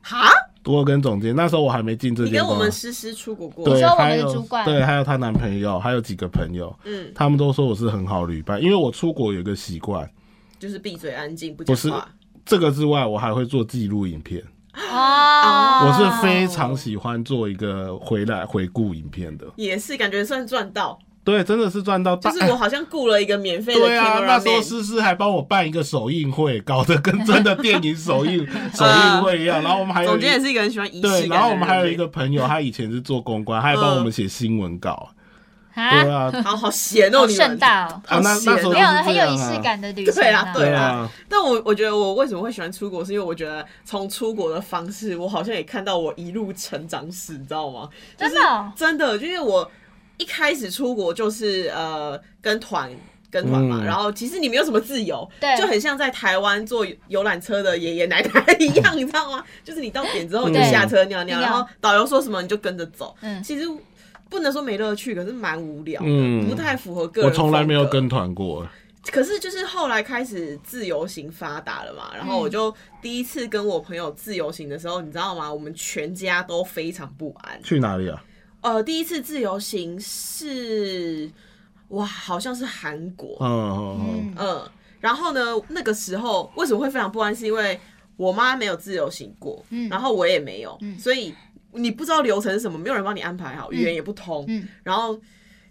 A: 哈，
B: 我有跟总监，那时候我还没进这
A: 你
B: 间
A: 跟我们
B: 公司。
A: 诗诗出过国，
B: 对，
C: 你说我们
B: 还
C: 的
B: 有
C: 主管
B: 对，还有她男朋友，还有几个朋友，
A: 嗯，
B: 他们都说我是很好旅伴，因为我出国有一个习惯，
A: 就是闭嘴安静不
B: 不
A: 讲
B: 是
A: 话。
B: 这个之外，我还会做记录影片，
C: 啊，
B: 我是非常喜欢做一个回来回顾影片的。
A: 也是感觉算赚到，
B: 对，真的是赚到
A: 就
B: 大。
A: 是我好像雇了一个免费的
B: 啊哎对啊，那
A: camera
B: 时候
A: man，
B: 思思还帮我办一个首映会，搞得跟真的电影首
A: [laughs]
B: 映首映会一样。然后我们还有
A: 总
B: 一
A: 监也是一个很喜欢仪式感的
B: 对，
A: 人。
B: 然后我们还有一个朋友，他以前是做公关，他还帮我们写新闻稿。对
C: [laughs] 啊，
B: 啊，
A: 好好闲哦，
C: 好
A: 你
C: 盛
A: 们。
C: 大哦，
B: 啊，那
A: 好闲
B: 那时候
A: 我
C: 没有很有仪
B: 就是这样啊
C: 式。感的旅程
A: 对啦，
C: 啊。
A: 对啦
B: 啊。
A: 但我我觉得我为什么会喜欢出国，是因为我觉得从出国的方式，我好像也看到我一路成长史，你知道吗？
C: 真的哦
A: 真的，就因为我一开始出国就是呃跟团。跟团嘛，
B: 嗯
A: 然后其实你没有什么自由，
C: 对
A: 就很像在台湾坐游览车的爷爷奶奶一样，你知道
C: [laughs]
A: 吗？就是你到点之后你就
B: 对
A: 下车尿尿，
C: 一样
A: 然后导游说什么你就跟着走。
C: 嗯
A: 其实不能说没乐趣，可是蛮无聊的，
B: 嗯
A: 不太符合个人。
B: 我从来没有跟团过，
A: 可是就是后来开始自由行发达了
C: 嗯
A: 嘛，然后我就第一次跟我朋友自由行的时候，你知道吗？我们全家都非常不安。
B: 去哪里啊？
A: 呃，第一次自由行是哇，好像是韩国，
B: 嗯嗯
C: 嗯，
A: 嗯，然后呢，那个时候为什么会非常不安？是因为我妈没有自由行过，
C: 嗯
A: 然后我也没有，所以你不知道流程是什么，没有人帮你安排好，语言也不通，
C: 嗯
A: 然后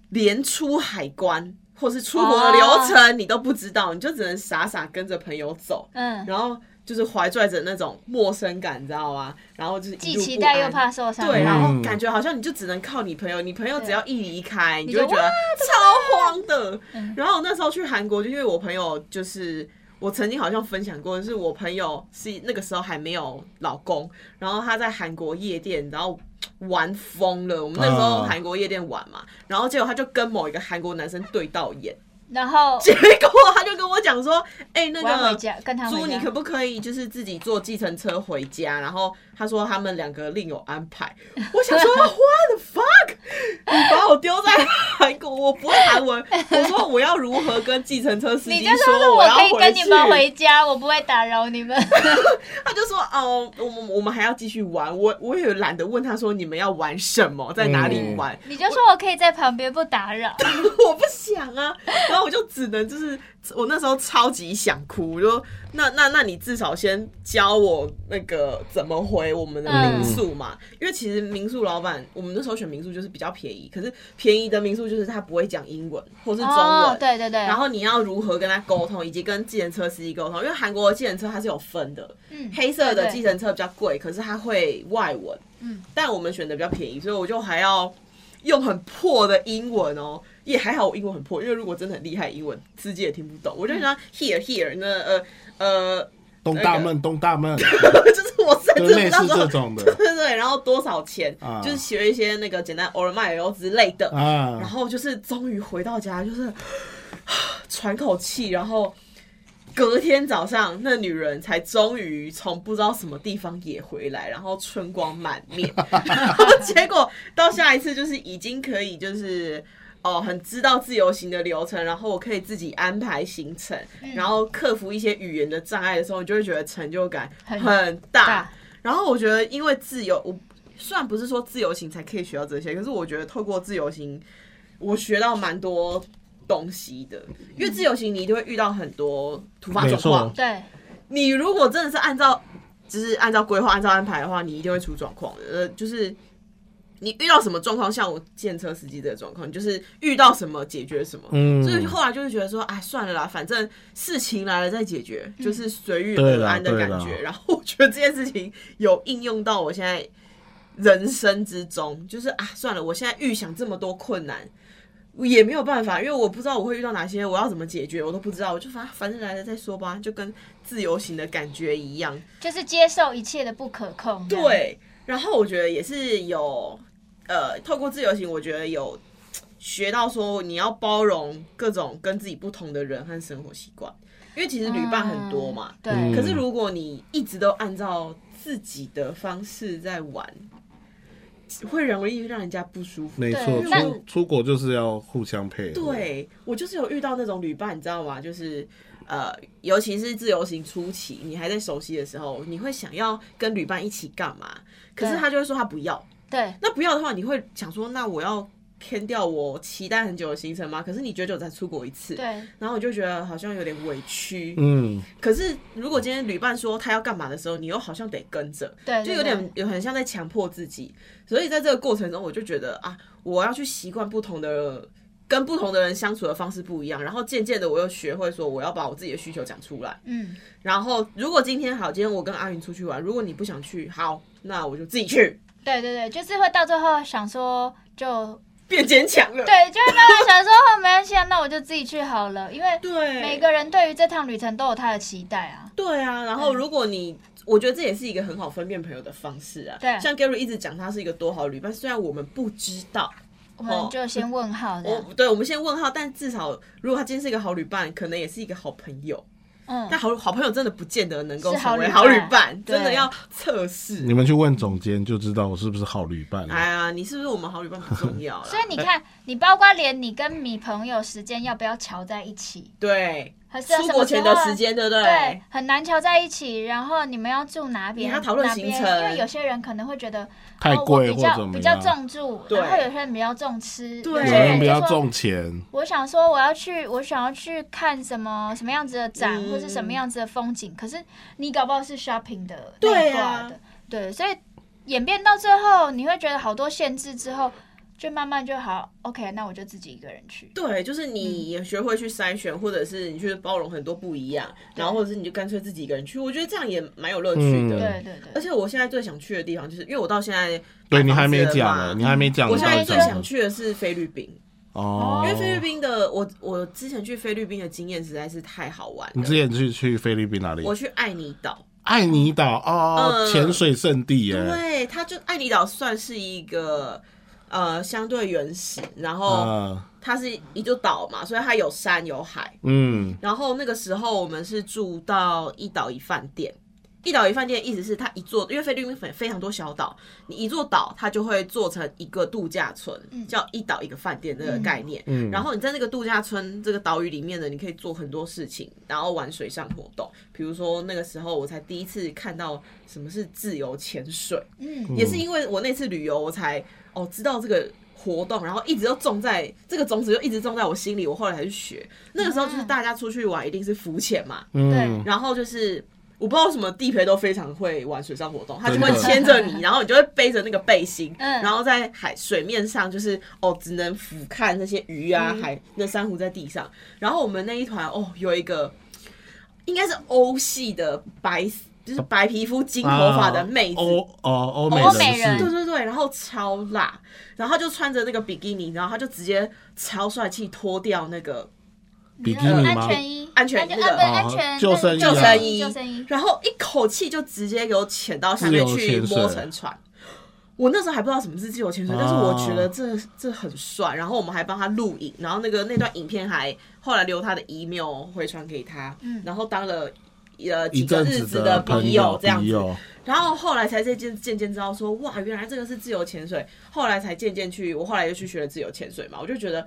A: 连出海关或是出
C: 哦
A: 国的流程你都不知道，你就只能傻傻跟着朋友走，
C: 嗯，
A: 然后就是怀拽着那种陌生感，你知道吗？然后就是一
C: 既
A: 路
C: 期
A: 不
C: 待
A: 安
C: 又怕受伤。
A: 对，
B: 啊
A: 然后
B: 嗯
A: 感觉好像你就只能靠你朋友，你朋友只要一离开，你
C: 你
A: 就会
C: 就
A: 觉得
C: 哇
A: 超慌的
C: 嗯。
A: 然后我那时候去韩国，就因为我朋友就是。我曾经好像分享过，就是我朋友是那个时候还没有老公，然后他在韩国夜店，然后玩疯了。我们那时候
B: 啊
C: 嗯
A: 韩国夜店玩嘛，然后结果他就跟某一个韩国男生对到眼， [laughs]
C: 然后
A: 结果他就跟我讲说：“哎、那
C: 我要
A: 个
C: 回家跟他
A: 猪，
C: 回
A: 你
C: 家
A: 可。不可以就是自己坐计程车回家？然后他说他们两个另有安排。我想
C: [laughs]
A: 说，What the fuck？你把我丢在韩国，我不会韩文。我说我要如何跟计程车司
C: 你
A: 机
C: 就说
A: 我
C: 我
A: 要
C: 可以
A: 回
C: 跟
A: 去
C: 你？们回家，我不会打扰你们。 [laughs]
A: 他就说哦，我们我们还要继续玩。我我也懒得问他说你们要玩什么，在哪里
B: 嗯
A: 玩。
C: 你就说我可以在旁边不打扰。
A: 我不想啊，然后我就只能就是我那时候超级想哭，我就那那那你至少先教我那个怎么回我们的民宿嘛，
C: 嗯
A: 因为其实民宿老板，我们那时候选民宿就是比较便宜，可是便宜的民宿就是他不会讲英文或是中文，
C: 哦，对对对，
A: 然后你要如何跟他沟通，以及跟计程车司机沟通，因为韩国的计程车它是有分的，
C: 嗯
A: 黑色的
C: 对对
A: 计程车比较贵，可是它会外文，
C: 嗯，
A: 但我们选的比较便宜，所以我就还要用很破的英文哦，也还好我英文很破，因为如果真的很厉害，英文司机也听不懂，我就想
C: 嗯
A: here here 那呃呃， [laughs]
B: 东大闷，东大闷，
A: 就是我甚
B: 就
A: 至不
B: 类
A: 知道
B: 似这
A: 说。
B: 种的
A: 对 [laughs] 对对，然后多少钱？
B: 啊
A: 就是学一些那个简单 or my 之类的。
B: 啊
C: 嗯
A: 然。后就是终于回到家，就是 [sighs] 喘口气，然后隔天早上那女人才终于从不知道什么地方也回来，然后春光满
C: [laughs]
A: 面，然后结果到下一次就是已经可以就是。哦，很知道自由行的流程，然后我可以自己安排行程，
C: 嗯
A: 然后克服一些语言的障碍的时候，你就会觉得成就感
C: 很
A: 很大。
C: 大
A: 然后我觉得，因为自由，我虽然不是说自由行才可以学到这些，可是我觉得透过自由行，我学到蛮多东西的。因为自由行你一定会遇到很多突发状
B: 没
A: 况
B: 错，
C: 对，
A: 你如果真的是按照就是按照规划、按照安排的话，你一定会出状况的。呃，就是你遇到什么状况，像我见车司机这个状况，你就是遇到什么解决什么。
B: 嗯
A: 所以后来就是觉得说，哎，算了啦，反正事情来了再解决，就是随遇
B: 嗯对
A: 而
B: 啦
A: 安的感
B: 对啦
A: 觉。然后我觉得这件事情有应用到我现在人生之中，就是啊，算了，我现在预想这么多困难。也没有办法，因为我不知道我会遇到哪些，我要怎么解决，我都不知道，我就反反正来了再说吧，就跟自由行的感觉一样。
C: 就是接受一切的不可控。这样，
A: 对，然后我觉得也是有，呃，透过自由行，我觉得有学到说你要包容各种跟自己不同的人和生活习惯，因为其实旅伴很多嘛。
C: 对，
B: 嗯
A: 可是如果你一直都按照自己的方式在玩，会容易让人家不舒服。
B: 没错，
A: 对
B: 出出国就是要互相配合。，
A: 对我就是有遇到那种旅伴，你知道吗？就是呃，尤其是自由行初期，你还在熟悉的时候，你会想要跟旅伴一起干嘛？可是
C: 对
A: 他就会说他不要。
C: 对，
A: 那不要的话，你会想说，那我要偏掉我期待很久的行程吗？可是你久久才出国一次，
C: 对，
A: 然后我就觉得好像有点委屈。
B: 嗯，
A: 可是如果今天旅伴说他要干嘛的时候，你又好像得跟着，
C: 对对
A: 就有点有很像在强迫自己。所以在这个过程中，我就觉得啊，我要去习惯不同的。跟不同的人相处的方式不一样，然后渐渐的我又学会说我要把我自己的需求讲出来。
C: 嗯，
A: 然后如果今天好，今天我跟阿云出去玩，如果你不想去，好，那我就自己去，
C: 对对对，就是会到最后想说就。
A: 变坚强了。
C: 对，就会慢慢想说，哦，没关系啊，那我就自己去好了，因为
A: 对，
C: 每个人对于这趟旅程都有他的期待啊。
A: 对啊，然后如果你，我觉得这也是一个很好分辨朋友的方式啊。
C: 对
A: 像 Gary 一直讲他是一个多好的旅伴，虽然我们不知道，
C: 我们就先问号这样。
A: 哦我对我们先问号，但至少如果他今天是一个好旅伴，可能也是一个好朋友。
C: 嗯，
A: 但好好朋友真的不见得能够
C: 是好
A: 成为
C: 旅
A: 好旅
C: 伴
A: 伴，真的
C: 对
A: 要测试
B: 你。们去问总监就知道我是不是好旅伴了。
A: 哎呀，你是不是我们好旅伴不重要
C: [laughs]
A: 啦
C: 所？以你看，你包括连你跟你朋友时间要不要瞧在一起，
A: 对，
C: 还是要
A: 出
C: 什
A: 国
C: 么时
A: 前
C: 候啊
A: 的时间，对不对？
C: 对，很难瞧在一起。然后你们要住哪边？
A: 你还要讨论行程
C: 哪边因为有些人可能会觉得
B: 太贵
C: 哦、我
B: 或怎
C: 比较
B: 么样
C: 比较重住，
A: 对
C: 然后有些人比较重吃，
A: 对
B: 有
C: 有些
B: 人
C: 人
B: 比
C: 就
B: 较
C: 说
B: 重钱，
C: 我想说我要去，我想要去看什么什么样子的展，
A: 嗯
C: 或是什么样子的风景。可是你搞不好是 shopping 的
A: 对
C: 内
A: 啊
C: 挂的，对，所以演变到最后，你会觉得好多限制之后，就慢慢就好。OK，那我就自己一个人去。
A: 对，就是你也学会去筛选，或者是你去包容很多不一样，
C: 嗯
A: 然后或者是你就干脆自己一个人去，我觉得这样也蛮有乐趣的。
B: 嗯
C: 对对对，
A: 而且我现在最想去的地方，就是因为我到现在
B: 对你
A: 买
B: 还
A: 房子
B: 没
A: 了
B: 讲
A: 嘛
B: 呢，你还没讲
A: 我
B: 到
A: 现在
B: 底讲
A: 最
B: 什么。
A: 想去的是菲律宾，
B: 哦，
A: 因为菲律宾的我我之前去菲律宾的经验实在是太好玩
B: 你
A: 了
B: 之。前去去菲律宾哪里？
A: 我去爱尼岛，
B: 爱尼岛哦，
A: 嗯
B: 潜水圣地耶。
A: 对，它就爱尼岛算是一个呃相对原始，然后
B: 嗯
A: 它是一座岛嘛，所以它有山有海，
B: 嗯，
A: 然后那个时候我们是住到一岛一饭店，一岛一饭店意思是它一座，因为菲律宾非非常多小岛，你一座岛它就会做成一个度假村，叫一岛一个饭店那个概念。
B: 嗯
A: 然后你在那个度假村这个岛屿里面呢，你可以做很多事情，然后玩水上活动，比如说那个时候我才第一次看到什么是自由潜水，
C: 嗯
A: 也是因为我那次旅游我才哦知道这个。活动，然后一直都种在这个种子，就一直种在我心里。我后来才去学，那个时候就是大家出去玩一定是浮潜嘛，[laughs]
B: 嗯，
A: 然后就是我不知道为什么地陪都非常会玩水上活动，他就
B: 真的
A: 会牵着你，然后你就会背着那个背心，
C: 嗯
A: 然后在海水面上就是哦，只能俯瞰那些鱼啊、海那珊瑚在地上。然后我们那一团哦，有一个应该是欧系的白，就是白皮肤金头发的妹子。
B: 欧啊哦欧
C: 欧
B: 美
C: 美人
A: 对对
B: 士，
A: 对，然后超辣，然后她就穿着那个比基尼，然后她就直接超帅气脱掉那个
B: 比基尼
C: 安
B: 吗？
C: 全衣，
A: 安全
C: 安全
A: 那个
C: 啊不是
B: 哦
C: 安全
B: 救生衣
A: 救
B: 啊
A: 生衣，
C: 嗯救生衣。
A: 然后一口气就直接给我潜到下面
B: 自由
A: 去
B: 潜水
A: 摸沉船。我那时候还不知道什么是自由潜水，
B: 哦
A: 但是我觉得这这很帅。然后我们还帮他录影，然后那个那段影片还后来留他的 email 回传给他，
C: 嗯
A: 然后当了呃
B: 一
A: 几个
B: 阵
A: 日子
B: 子
A: 的
B: 朋
A: 笔友这样
B: 笔
A: 子。
B: 友
A: 然后后来才渐渐渐渐知道说，哇，原来这个是自由潜水。后来才渐渐去，我后来又去学了自由潜水嘛。我就觉得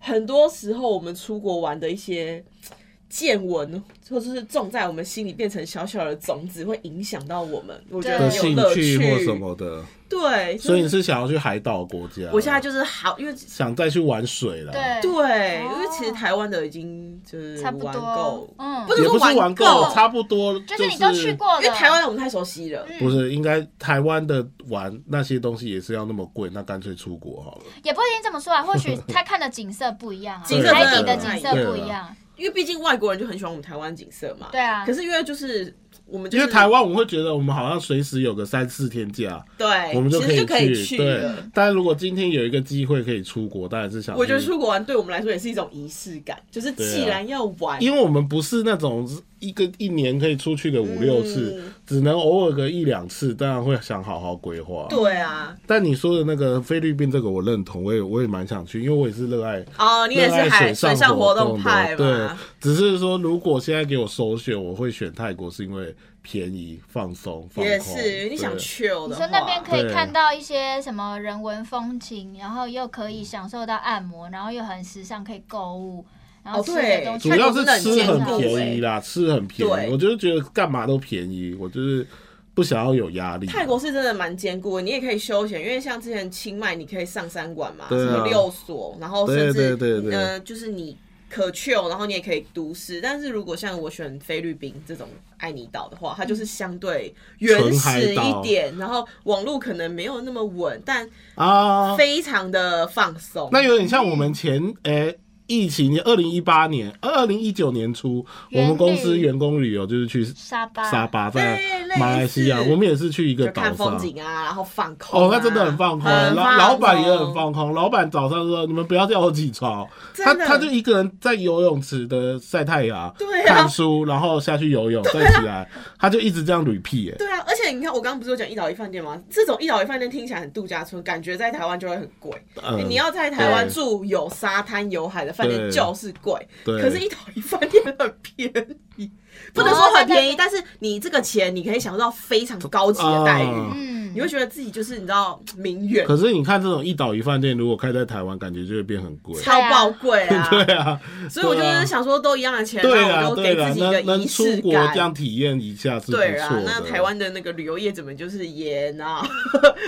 A: 很多时候我们出国玩的一些嘖见闻，或者是种在我们心里变成小小的种子，会影响到我们。我觉得
B: 的
A: 很有
B: 兴
A: 乐
B: 趣或什。么的，
A: 对，
B: 所以你是想要去海岛国家？
A: 我现在就是好，因为
B: 想再去玩水了，
C: 对
A: 对，因为其实台湾的已经就是
C: 差不
A: 玩
C: 多
A: 够，，
C: 嗯，
A: 不
B: 也不是玩
A: 玩
B: 够，
A: 够
B: 差不多
C: 就是你都去过了，
A: 因为台湾的我们太熟悉了。
B: 不是，应该台湾的玩那些东西也是要那么贵，那干脆出国好了。
C: 也不一定这么说啊，或
B: [laughs]
C: 许他看的景色不一样啊，
A: 景色
C: 海底
A: 真的
C: 的
A: 不
C: 景
A: 一
C: 色
A: 样
C: 不
B: 啊
C: 一样，
A: 因为毕竟外国人就很喜欢我们台湾景色嘛。
C: 对啊
A: 可是因为就是我们就
B: 因
A: 是
B: 为台湾我们会觉得我们好像随时有个三四天假，
A: 对，
B: 我们就
A: 其实就可
B: 以
A: 以去
B: 对
A: 了。，
B: 但如果今天有一个机会可以出国，当然是想去。
A: 我觉得出国玩对我们来说也是一种仪式感，就是既然要玩，
B: 因为我们不是那种一个一年可以出去个五六次，
A: 嗯
B: 只能偶尔个一两次，当然会想好好规划。
A: 对啊，
B: 但你说的那个菲律宾这个我认同，我也我也蛮想去，因为我也是热爱
A: 哦，你也
B: 热爱
A: 是海
B: 水
A: 水上活
B: 活
A: 动
B: 的
A: 派
B: 对
A: 嘛？，
B: 只是说如果现在给我首选，我会选泰国，是因为便宜、放松、放空。
A: 也是，你想
B: 对。
A: 去的话，
C: 你说那边可
B: 对
C: 以看到一些什么人文风情，然后又可以享受到按摩，然后又很时尚，可以购物，然后
A: 哦
C: 吃
A: 对
C: 的东西
B: 主
A: 泰
C: 又
A: 国
B: 要是
C: 很
A: 真的很
B: 吃
A: 兼
B: 很
A: 顾
B: 便宜啦，吃很便宜，
A: 对
B: 我就是觉得干嘛都便宜，我就是不想要有压力。
A: 泰国是真的蛮坚固的，你也可以休闲，因为像之前清迈你可以上三馆嘛，
B: 对啊
A: 什么六所，然后甚
B: 对
A: 至
B: 对对对
A: 呃，就是你可去哦，然后你也可以都市。但是如果像我选菲律宾这种爱尼岛的话，它就是相对原始一点，然后网络可能没有那么稳，但
B: 啊，
A: 非常的放松。
B: 那有点像我们前诶、疫情，二零一八年、二零一九年初，我们公司
C: 员旅
B: 员工旅游就是去
C: 沙巴
B: 沙巴，在
A: 对类似
B: 马来西亚，我们也是去一个
A: 就
B: 岛
A: 看风
B: 上。
A: 景啊，然后放空、啊。
B: 哦，那真的很放空，
A: 很
B: 老
A: 放
B: 老板也很
A: 空
B: 放空。老板早上说：“你们不要叫我起床。”他
A: 真的
B: 他就一个人在游泳池的晒太阳，
A: 对啊
B: 看书，然后下去游泳，再起来，他就一直这样 repeat 哎。
A: 对啊，而且你看，我刚刚不是有讲一岛一饭店吗？这种一岛一饭店听起来很度假村，感觉在台湾就会很贵。
B: 嗯
A: 哎你要在台湾
B: 对
A: 住有沙滩有海的饭店
B: 对
A: 就是贵，
B: 对
A: 可是一岛一饭店很便宜，不能说很便宜，但是你这个钱你可以享受到非常高级的待遇，
B: 啊
C: 嗯
A: 你，会觉得自己就是你知道名媛，
B: 可是你看这种一岛一饭店，如果开在台湾，感觉就会变很贵。
A: 超爆贵啊！
B: [laughs] 对啊，
A: 所以我就是想说，都一样的钱，
B: 对
A: 那
B: 啊，
A: 我就
B: 对
A: 给
B: 啊
A: 自，己一个
B: 能能
A: 仪
B: 出
A: 式
B: 国这样
A: 感。
B: 体验一下是不错
A: 对啊，
B: 的。
A: 那台湾的那个旅游业者们就是也呢，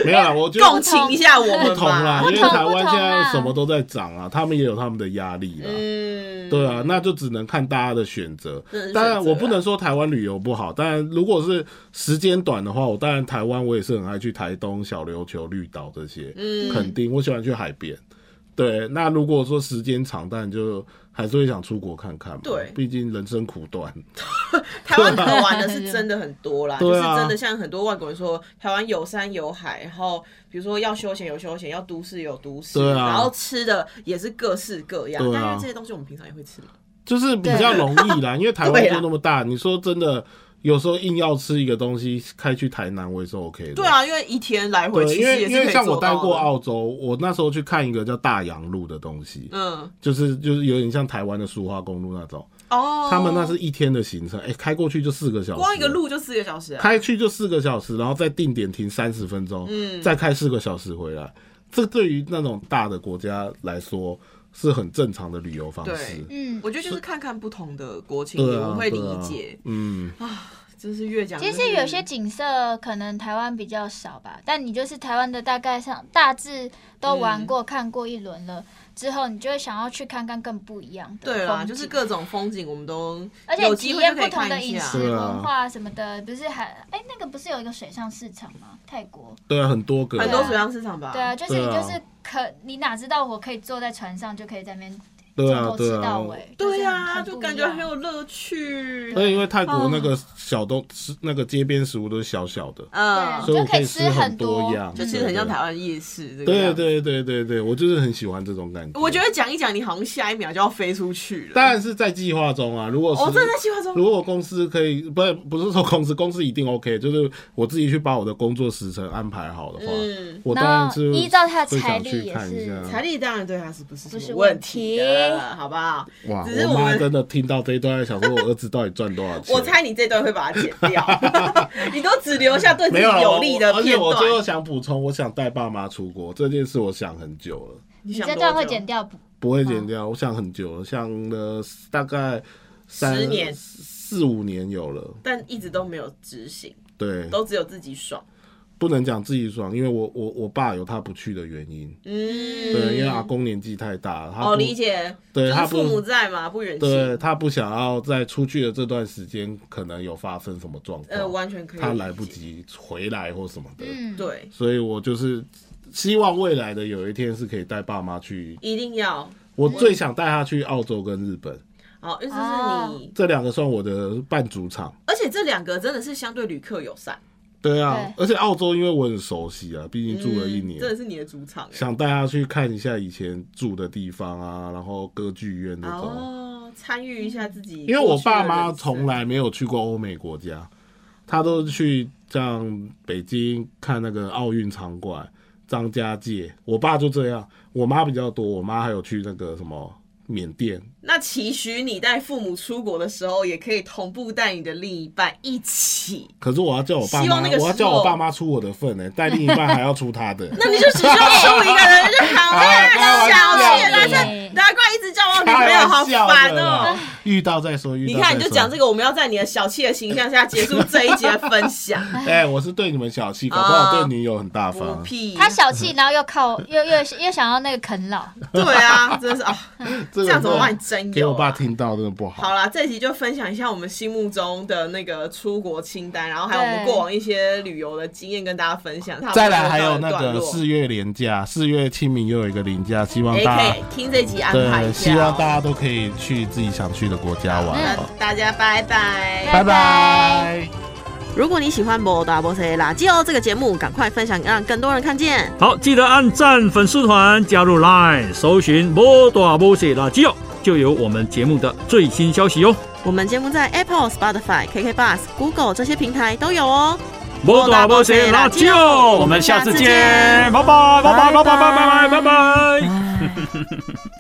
B: 没有啦，我觉
A: 共
B: 得
A: 情一下我
B: 不
A: 们
B: 同啦，
A: 吧
B: 因。为
C: 不同
B: 台
C: 不
B: 湾
C: 同啊
B: 现在
C: 啦
B: 什么都在涨啊，他们也有他们的压力啦。
A: [laughs] 嗯，
B: 对啊，那就只能看大家的选择
A: 真的。是
B: 当
A: 选
B: 然，
A: 择
B: 我不
A: 啊
B: 能说台湾旅游不好，但如果是时间短的话，我当然台湾我也是很爱去台东、小琉球、绿岛这些，
A: 嗯
B: 肯定我喜欢去海边。对，那如果说时间长，当然就还是会想出国看看嘛。
A: 对
B: 毕竟人生苦短。
A: 台湾可玩
C: [laughs]
A: 的
C: 啊
A: 是真的很多啦，就
B: 对
A: 是
B: 啊
A: 真的像很多外国人说，台湾有山有海，然后比如说要休闲有休闲，要都市有都市，
B: 对啊
A: 然后吃的也是各式各样。
B: 对啊
A: 但因为这些东西我们平常也会吃嘛，
B: 就是比较容易
A: [laughs]
B: 啦，因为台湾
A: 对啊
B: 就
A: 啦
B: 那么大，你说真的，有时候硬要吃一个东西，开去台南我也是 OK 的。
A: 对，啊，因为一天来回
B: 对，
A: 其
B: 因
A: 实
B: 为
A: 也
B: 因
A: 是可
B: 为
A: 以
B: 像我
A: 做到
B: 待
A: 的
B: 过，澳洲，我那时候去看一个叫大洋路的东西，
A: 嗯，
B: 就是就是有点像台湾的苏花公路那种，
A: 哦，
B: 他们那是一天的行程，哎、开过去就四个小时，
A: 光一个。路就四个小时啊，
B: 开去就四个小时，然后再定点停三十分钟，嗯，再开四个小时回来，这对于那种大的国家来说是很正常的旅游方式
A: 对。
C: 嗯，
A: 我觉得就是看看不同的国情，
B: 对
A: 我
B: 啊，
A: 会理
B: 对啊
A: 解。
B: 嗯，
A: 真是越讲越
C: 其
A: 是，
C: 实有些景色可能台湾比较少吧，但你就是台湾的大概上大致都玩过、看过一轮了之后，你就会想要去看看更不一样的
A: 对啦，
C: 风
A: 就是
C: 景
A: 各种风景我们都
C: 而且
A: 有
C: 体
A: 机会
C: 验
A: 就可
C: 不
A: 以
C: 同的
A: 看
C: 饮
A: 一
C: 食
A: 下。
B: 对啊
C: 文化什么的，不是还哎、那个不是有一个水上市场吗？泰国
B: 对啊，很多个，
A: 很多水上市场吧，
C: 对啊，就是你
B: 对啊
C: 就是可你哪知道我可以坐在船上就可以在那边
B: 对啊
C: 从头
B: 对
C: 吃
B: 啊
C: 到尾，
A: 对呀、
C: 呀，
A: 就感觉很有乐趣。
B: 那因为泰国那
A: 哦
B: 个小东吃那个街边食物都是小小的，
A: 嗯，
B: 所以我
C: 就可以
B: 以
C: 吃
B: 吃
C: 很
B: 很
C: 多
B: 样，
A: 就其实很像台
B: 湾。
A: 湾夜市这个
B: 对
A: 样子。
B: 对对对对，我就是很喜欢这种感觉。
A: 我觉得讲一讲，你好像下一秒就要飞出去了。
B: 当然是在计划中啊，如果是
A: 哦，真的在计划中，
B: 如果公司可以，不不是说公司，公司一定 OK，就是我自己去把我的工作时程安排好的话，
A: 嗯
B: 我当
C: 然
B: 然
C: 后
B: 是
C: 依照他的
B: 会
C: 财
B: 想
C: 力
B: 去
C: 也
B: 看一
C: 是
B: 下
A: 财力当然对他是不是
C: 不是
A: 什么
C: 问
A: 问题的
C: 题
A: 好不好？
B: 哇，
A: 只是
B: 我
A: 我
B: 妈
A: 们
B: 真的听到这一段，想说我儿子到底赚多少钱？
A: 我猜你这段会把它剪掉， [laughs] 你都只留下对自
B: [laughs] 没
A: 己
B: 有啦
A: 有利的
B: 我而且
A: 片
B: 我最后
A: 段。
B: 想补充，我想带爸妈出国这件事，我想很久了，
A: 你
C: 你
A: 想
C: 这段
A: 多
C: 会
A: 久
C: 剪掉不？
B: 不会剪掉，我想很久了，想了大概三
A: 十年
B: 四五年有了，
A: 但一直都没有执行，
B: 对，
A: 都只有自己爽。
B: 不能讲自己爽，因为我我我爸有他不去的原因，
A: 嗯，
B: 对，因为阿公年纪太大了，他
A: 哦，
B: 不
A: 理解，
B: 对
A: 就是
B: 他
A: 父母
B: 不。
A: 在嘛，不远
B: 对
A: 行。
B: 他不想要在出去的这段时间，可能有发生什么状况，
A: 呃，完全可以。
B: 他来不。及回来或什么的，
C: 嗯，
A: 对，
B: 所以我就是希望未来的有一天是可以带爸妈去。
A: 一定要。
B: 我最想带他去澳洲跟日本，
A: 好，因为这
C: 啊
A: 是你，
B: 这两个算我的半主场。
A: 而且这两个真的是相对旅客友善，
B: 对啊，而且澳洲因为我很熟悉啊，毕竟住了一
A: 嗯
B: 年，
A: 真的是你的主场。哎
B: 想带他去看一下以前住的地方啊，然后歌剧院那种。
A: 哦，参与一下自己过去
B: 因
A: 的人生。
B: 为我爸妈从来没有去过欧美国家，他都是去像北京看那个奥运场馆、张家界。我爸就这样，我妈比较多，我妈还有去那个什么缅甸。
A: 那期许你带父母出国的时候，也可以同步带你的另一半一起。
B: 可是我要叫我爸
A: 希
B: 妈，
A: 望那个时候
B: 我要叫我爸妈出我的份呢、带另一半还要出
A: [laughs]
B: 他的。
A: 那你就只需要出一个人就
B: [laughs]
A: 好
B: 啊
A: 了，小气
B: 开
A: 男
B: 玩笑
A: 生
C: 的，
A: 难怪一直叫我女朋
B: 开
A: 友，好
B: 玩笑
A: 烦
B: 的
A: 哦
B: 啦。，遇到再说，遇到
A: 你看，你就讲这
B: 个。
A: 个，我们要在你的小气的形象下结束这一节的分
B: [laughs]
A: 享。
B: 哎、我是对你们小气，搞不
A: 哦
B: 好对女友很大啊
A: 不
B: 方。
A: 屁，
C: 他小气，然后又靠又又又想要那个啃老，
A: 对啊，真的是啊，
B: 这
A: 这样怎么
B: 办
A: 帮你争友、啊？
B: 给我爸听到真的不好。
A: 好啦，这一集就分享一下我们心目中的那个出国清单，然后还有我们
C: 对
A: 过往一些旅游的经验跟大家分享。
B: 再来还有那
A: 差不多到
B: 个
A: 一段落
B: 四月连假，四月清明又有一个连假，希望
A: 也
B: 大
A: 哎可
B: 家
A: 以听这集安排一下、
B: 对，希
A: 哦。
B: 望大家都可以去自己想去的国家玩。哦
A: 那大家拜拜。
B: 拜拜。
A: 如果你喜欢《摩达波塞垃圾哦》这个节目，赶快分享，让更多人看见。
E: 好，记得按赞粉丝团，加入 Line，搜寻“摩大摩西辣椒”，哦就有我们节目的最新消息哦哟。
A: 我们节目在 Apple、Spotify、KK Bus、Google 这些平台都有哦。
E: 摩大摩西
B: 哦
E: 辣哦椒，我们下次见，拜拜拜拜拜拜拜拜拜拜。
A: 拜。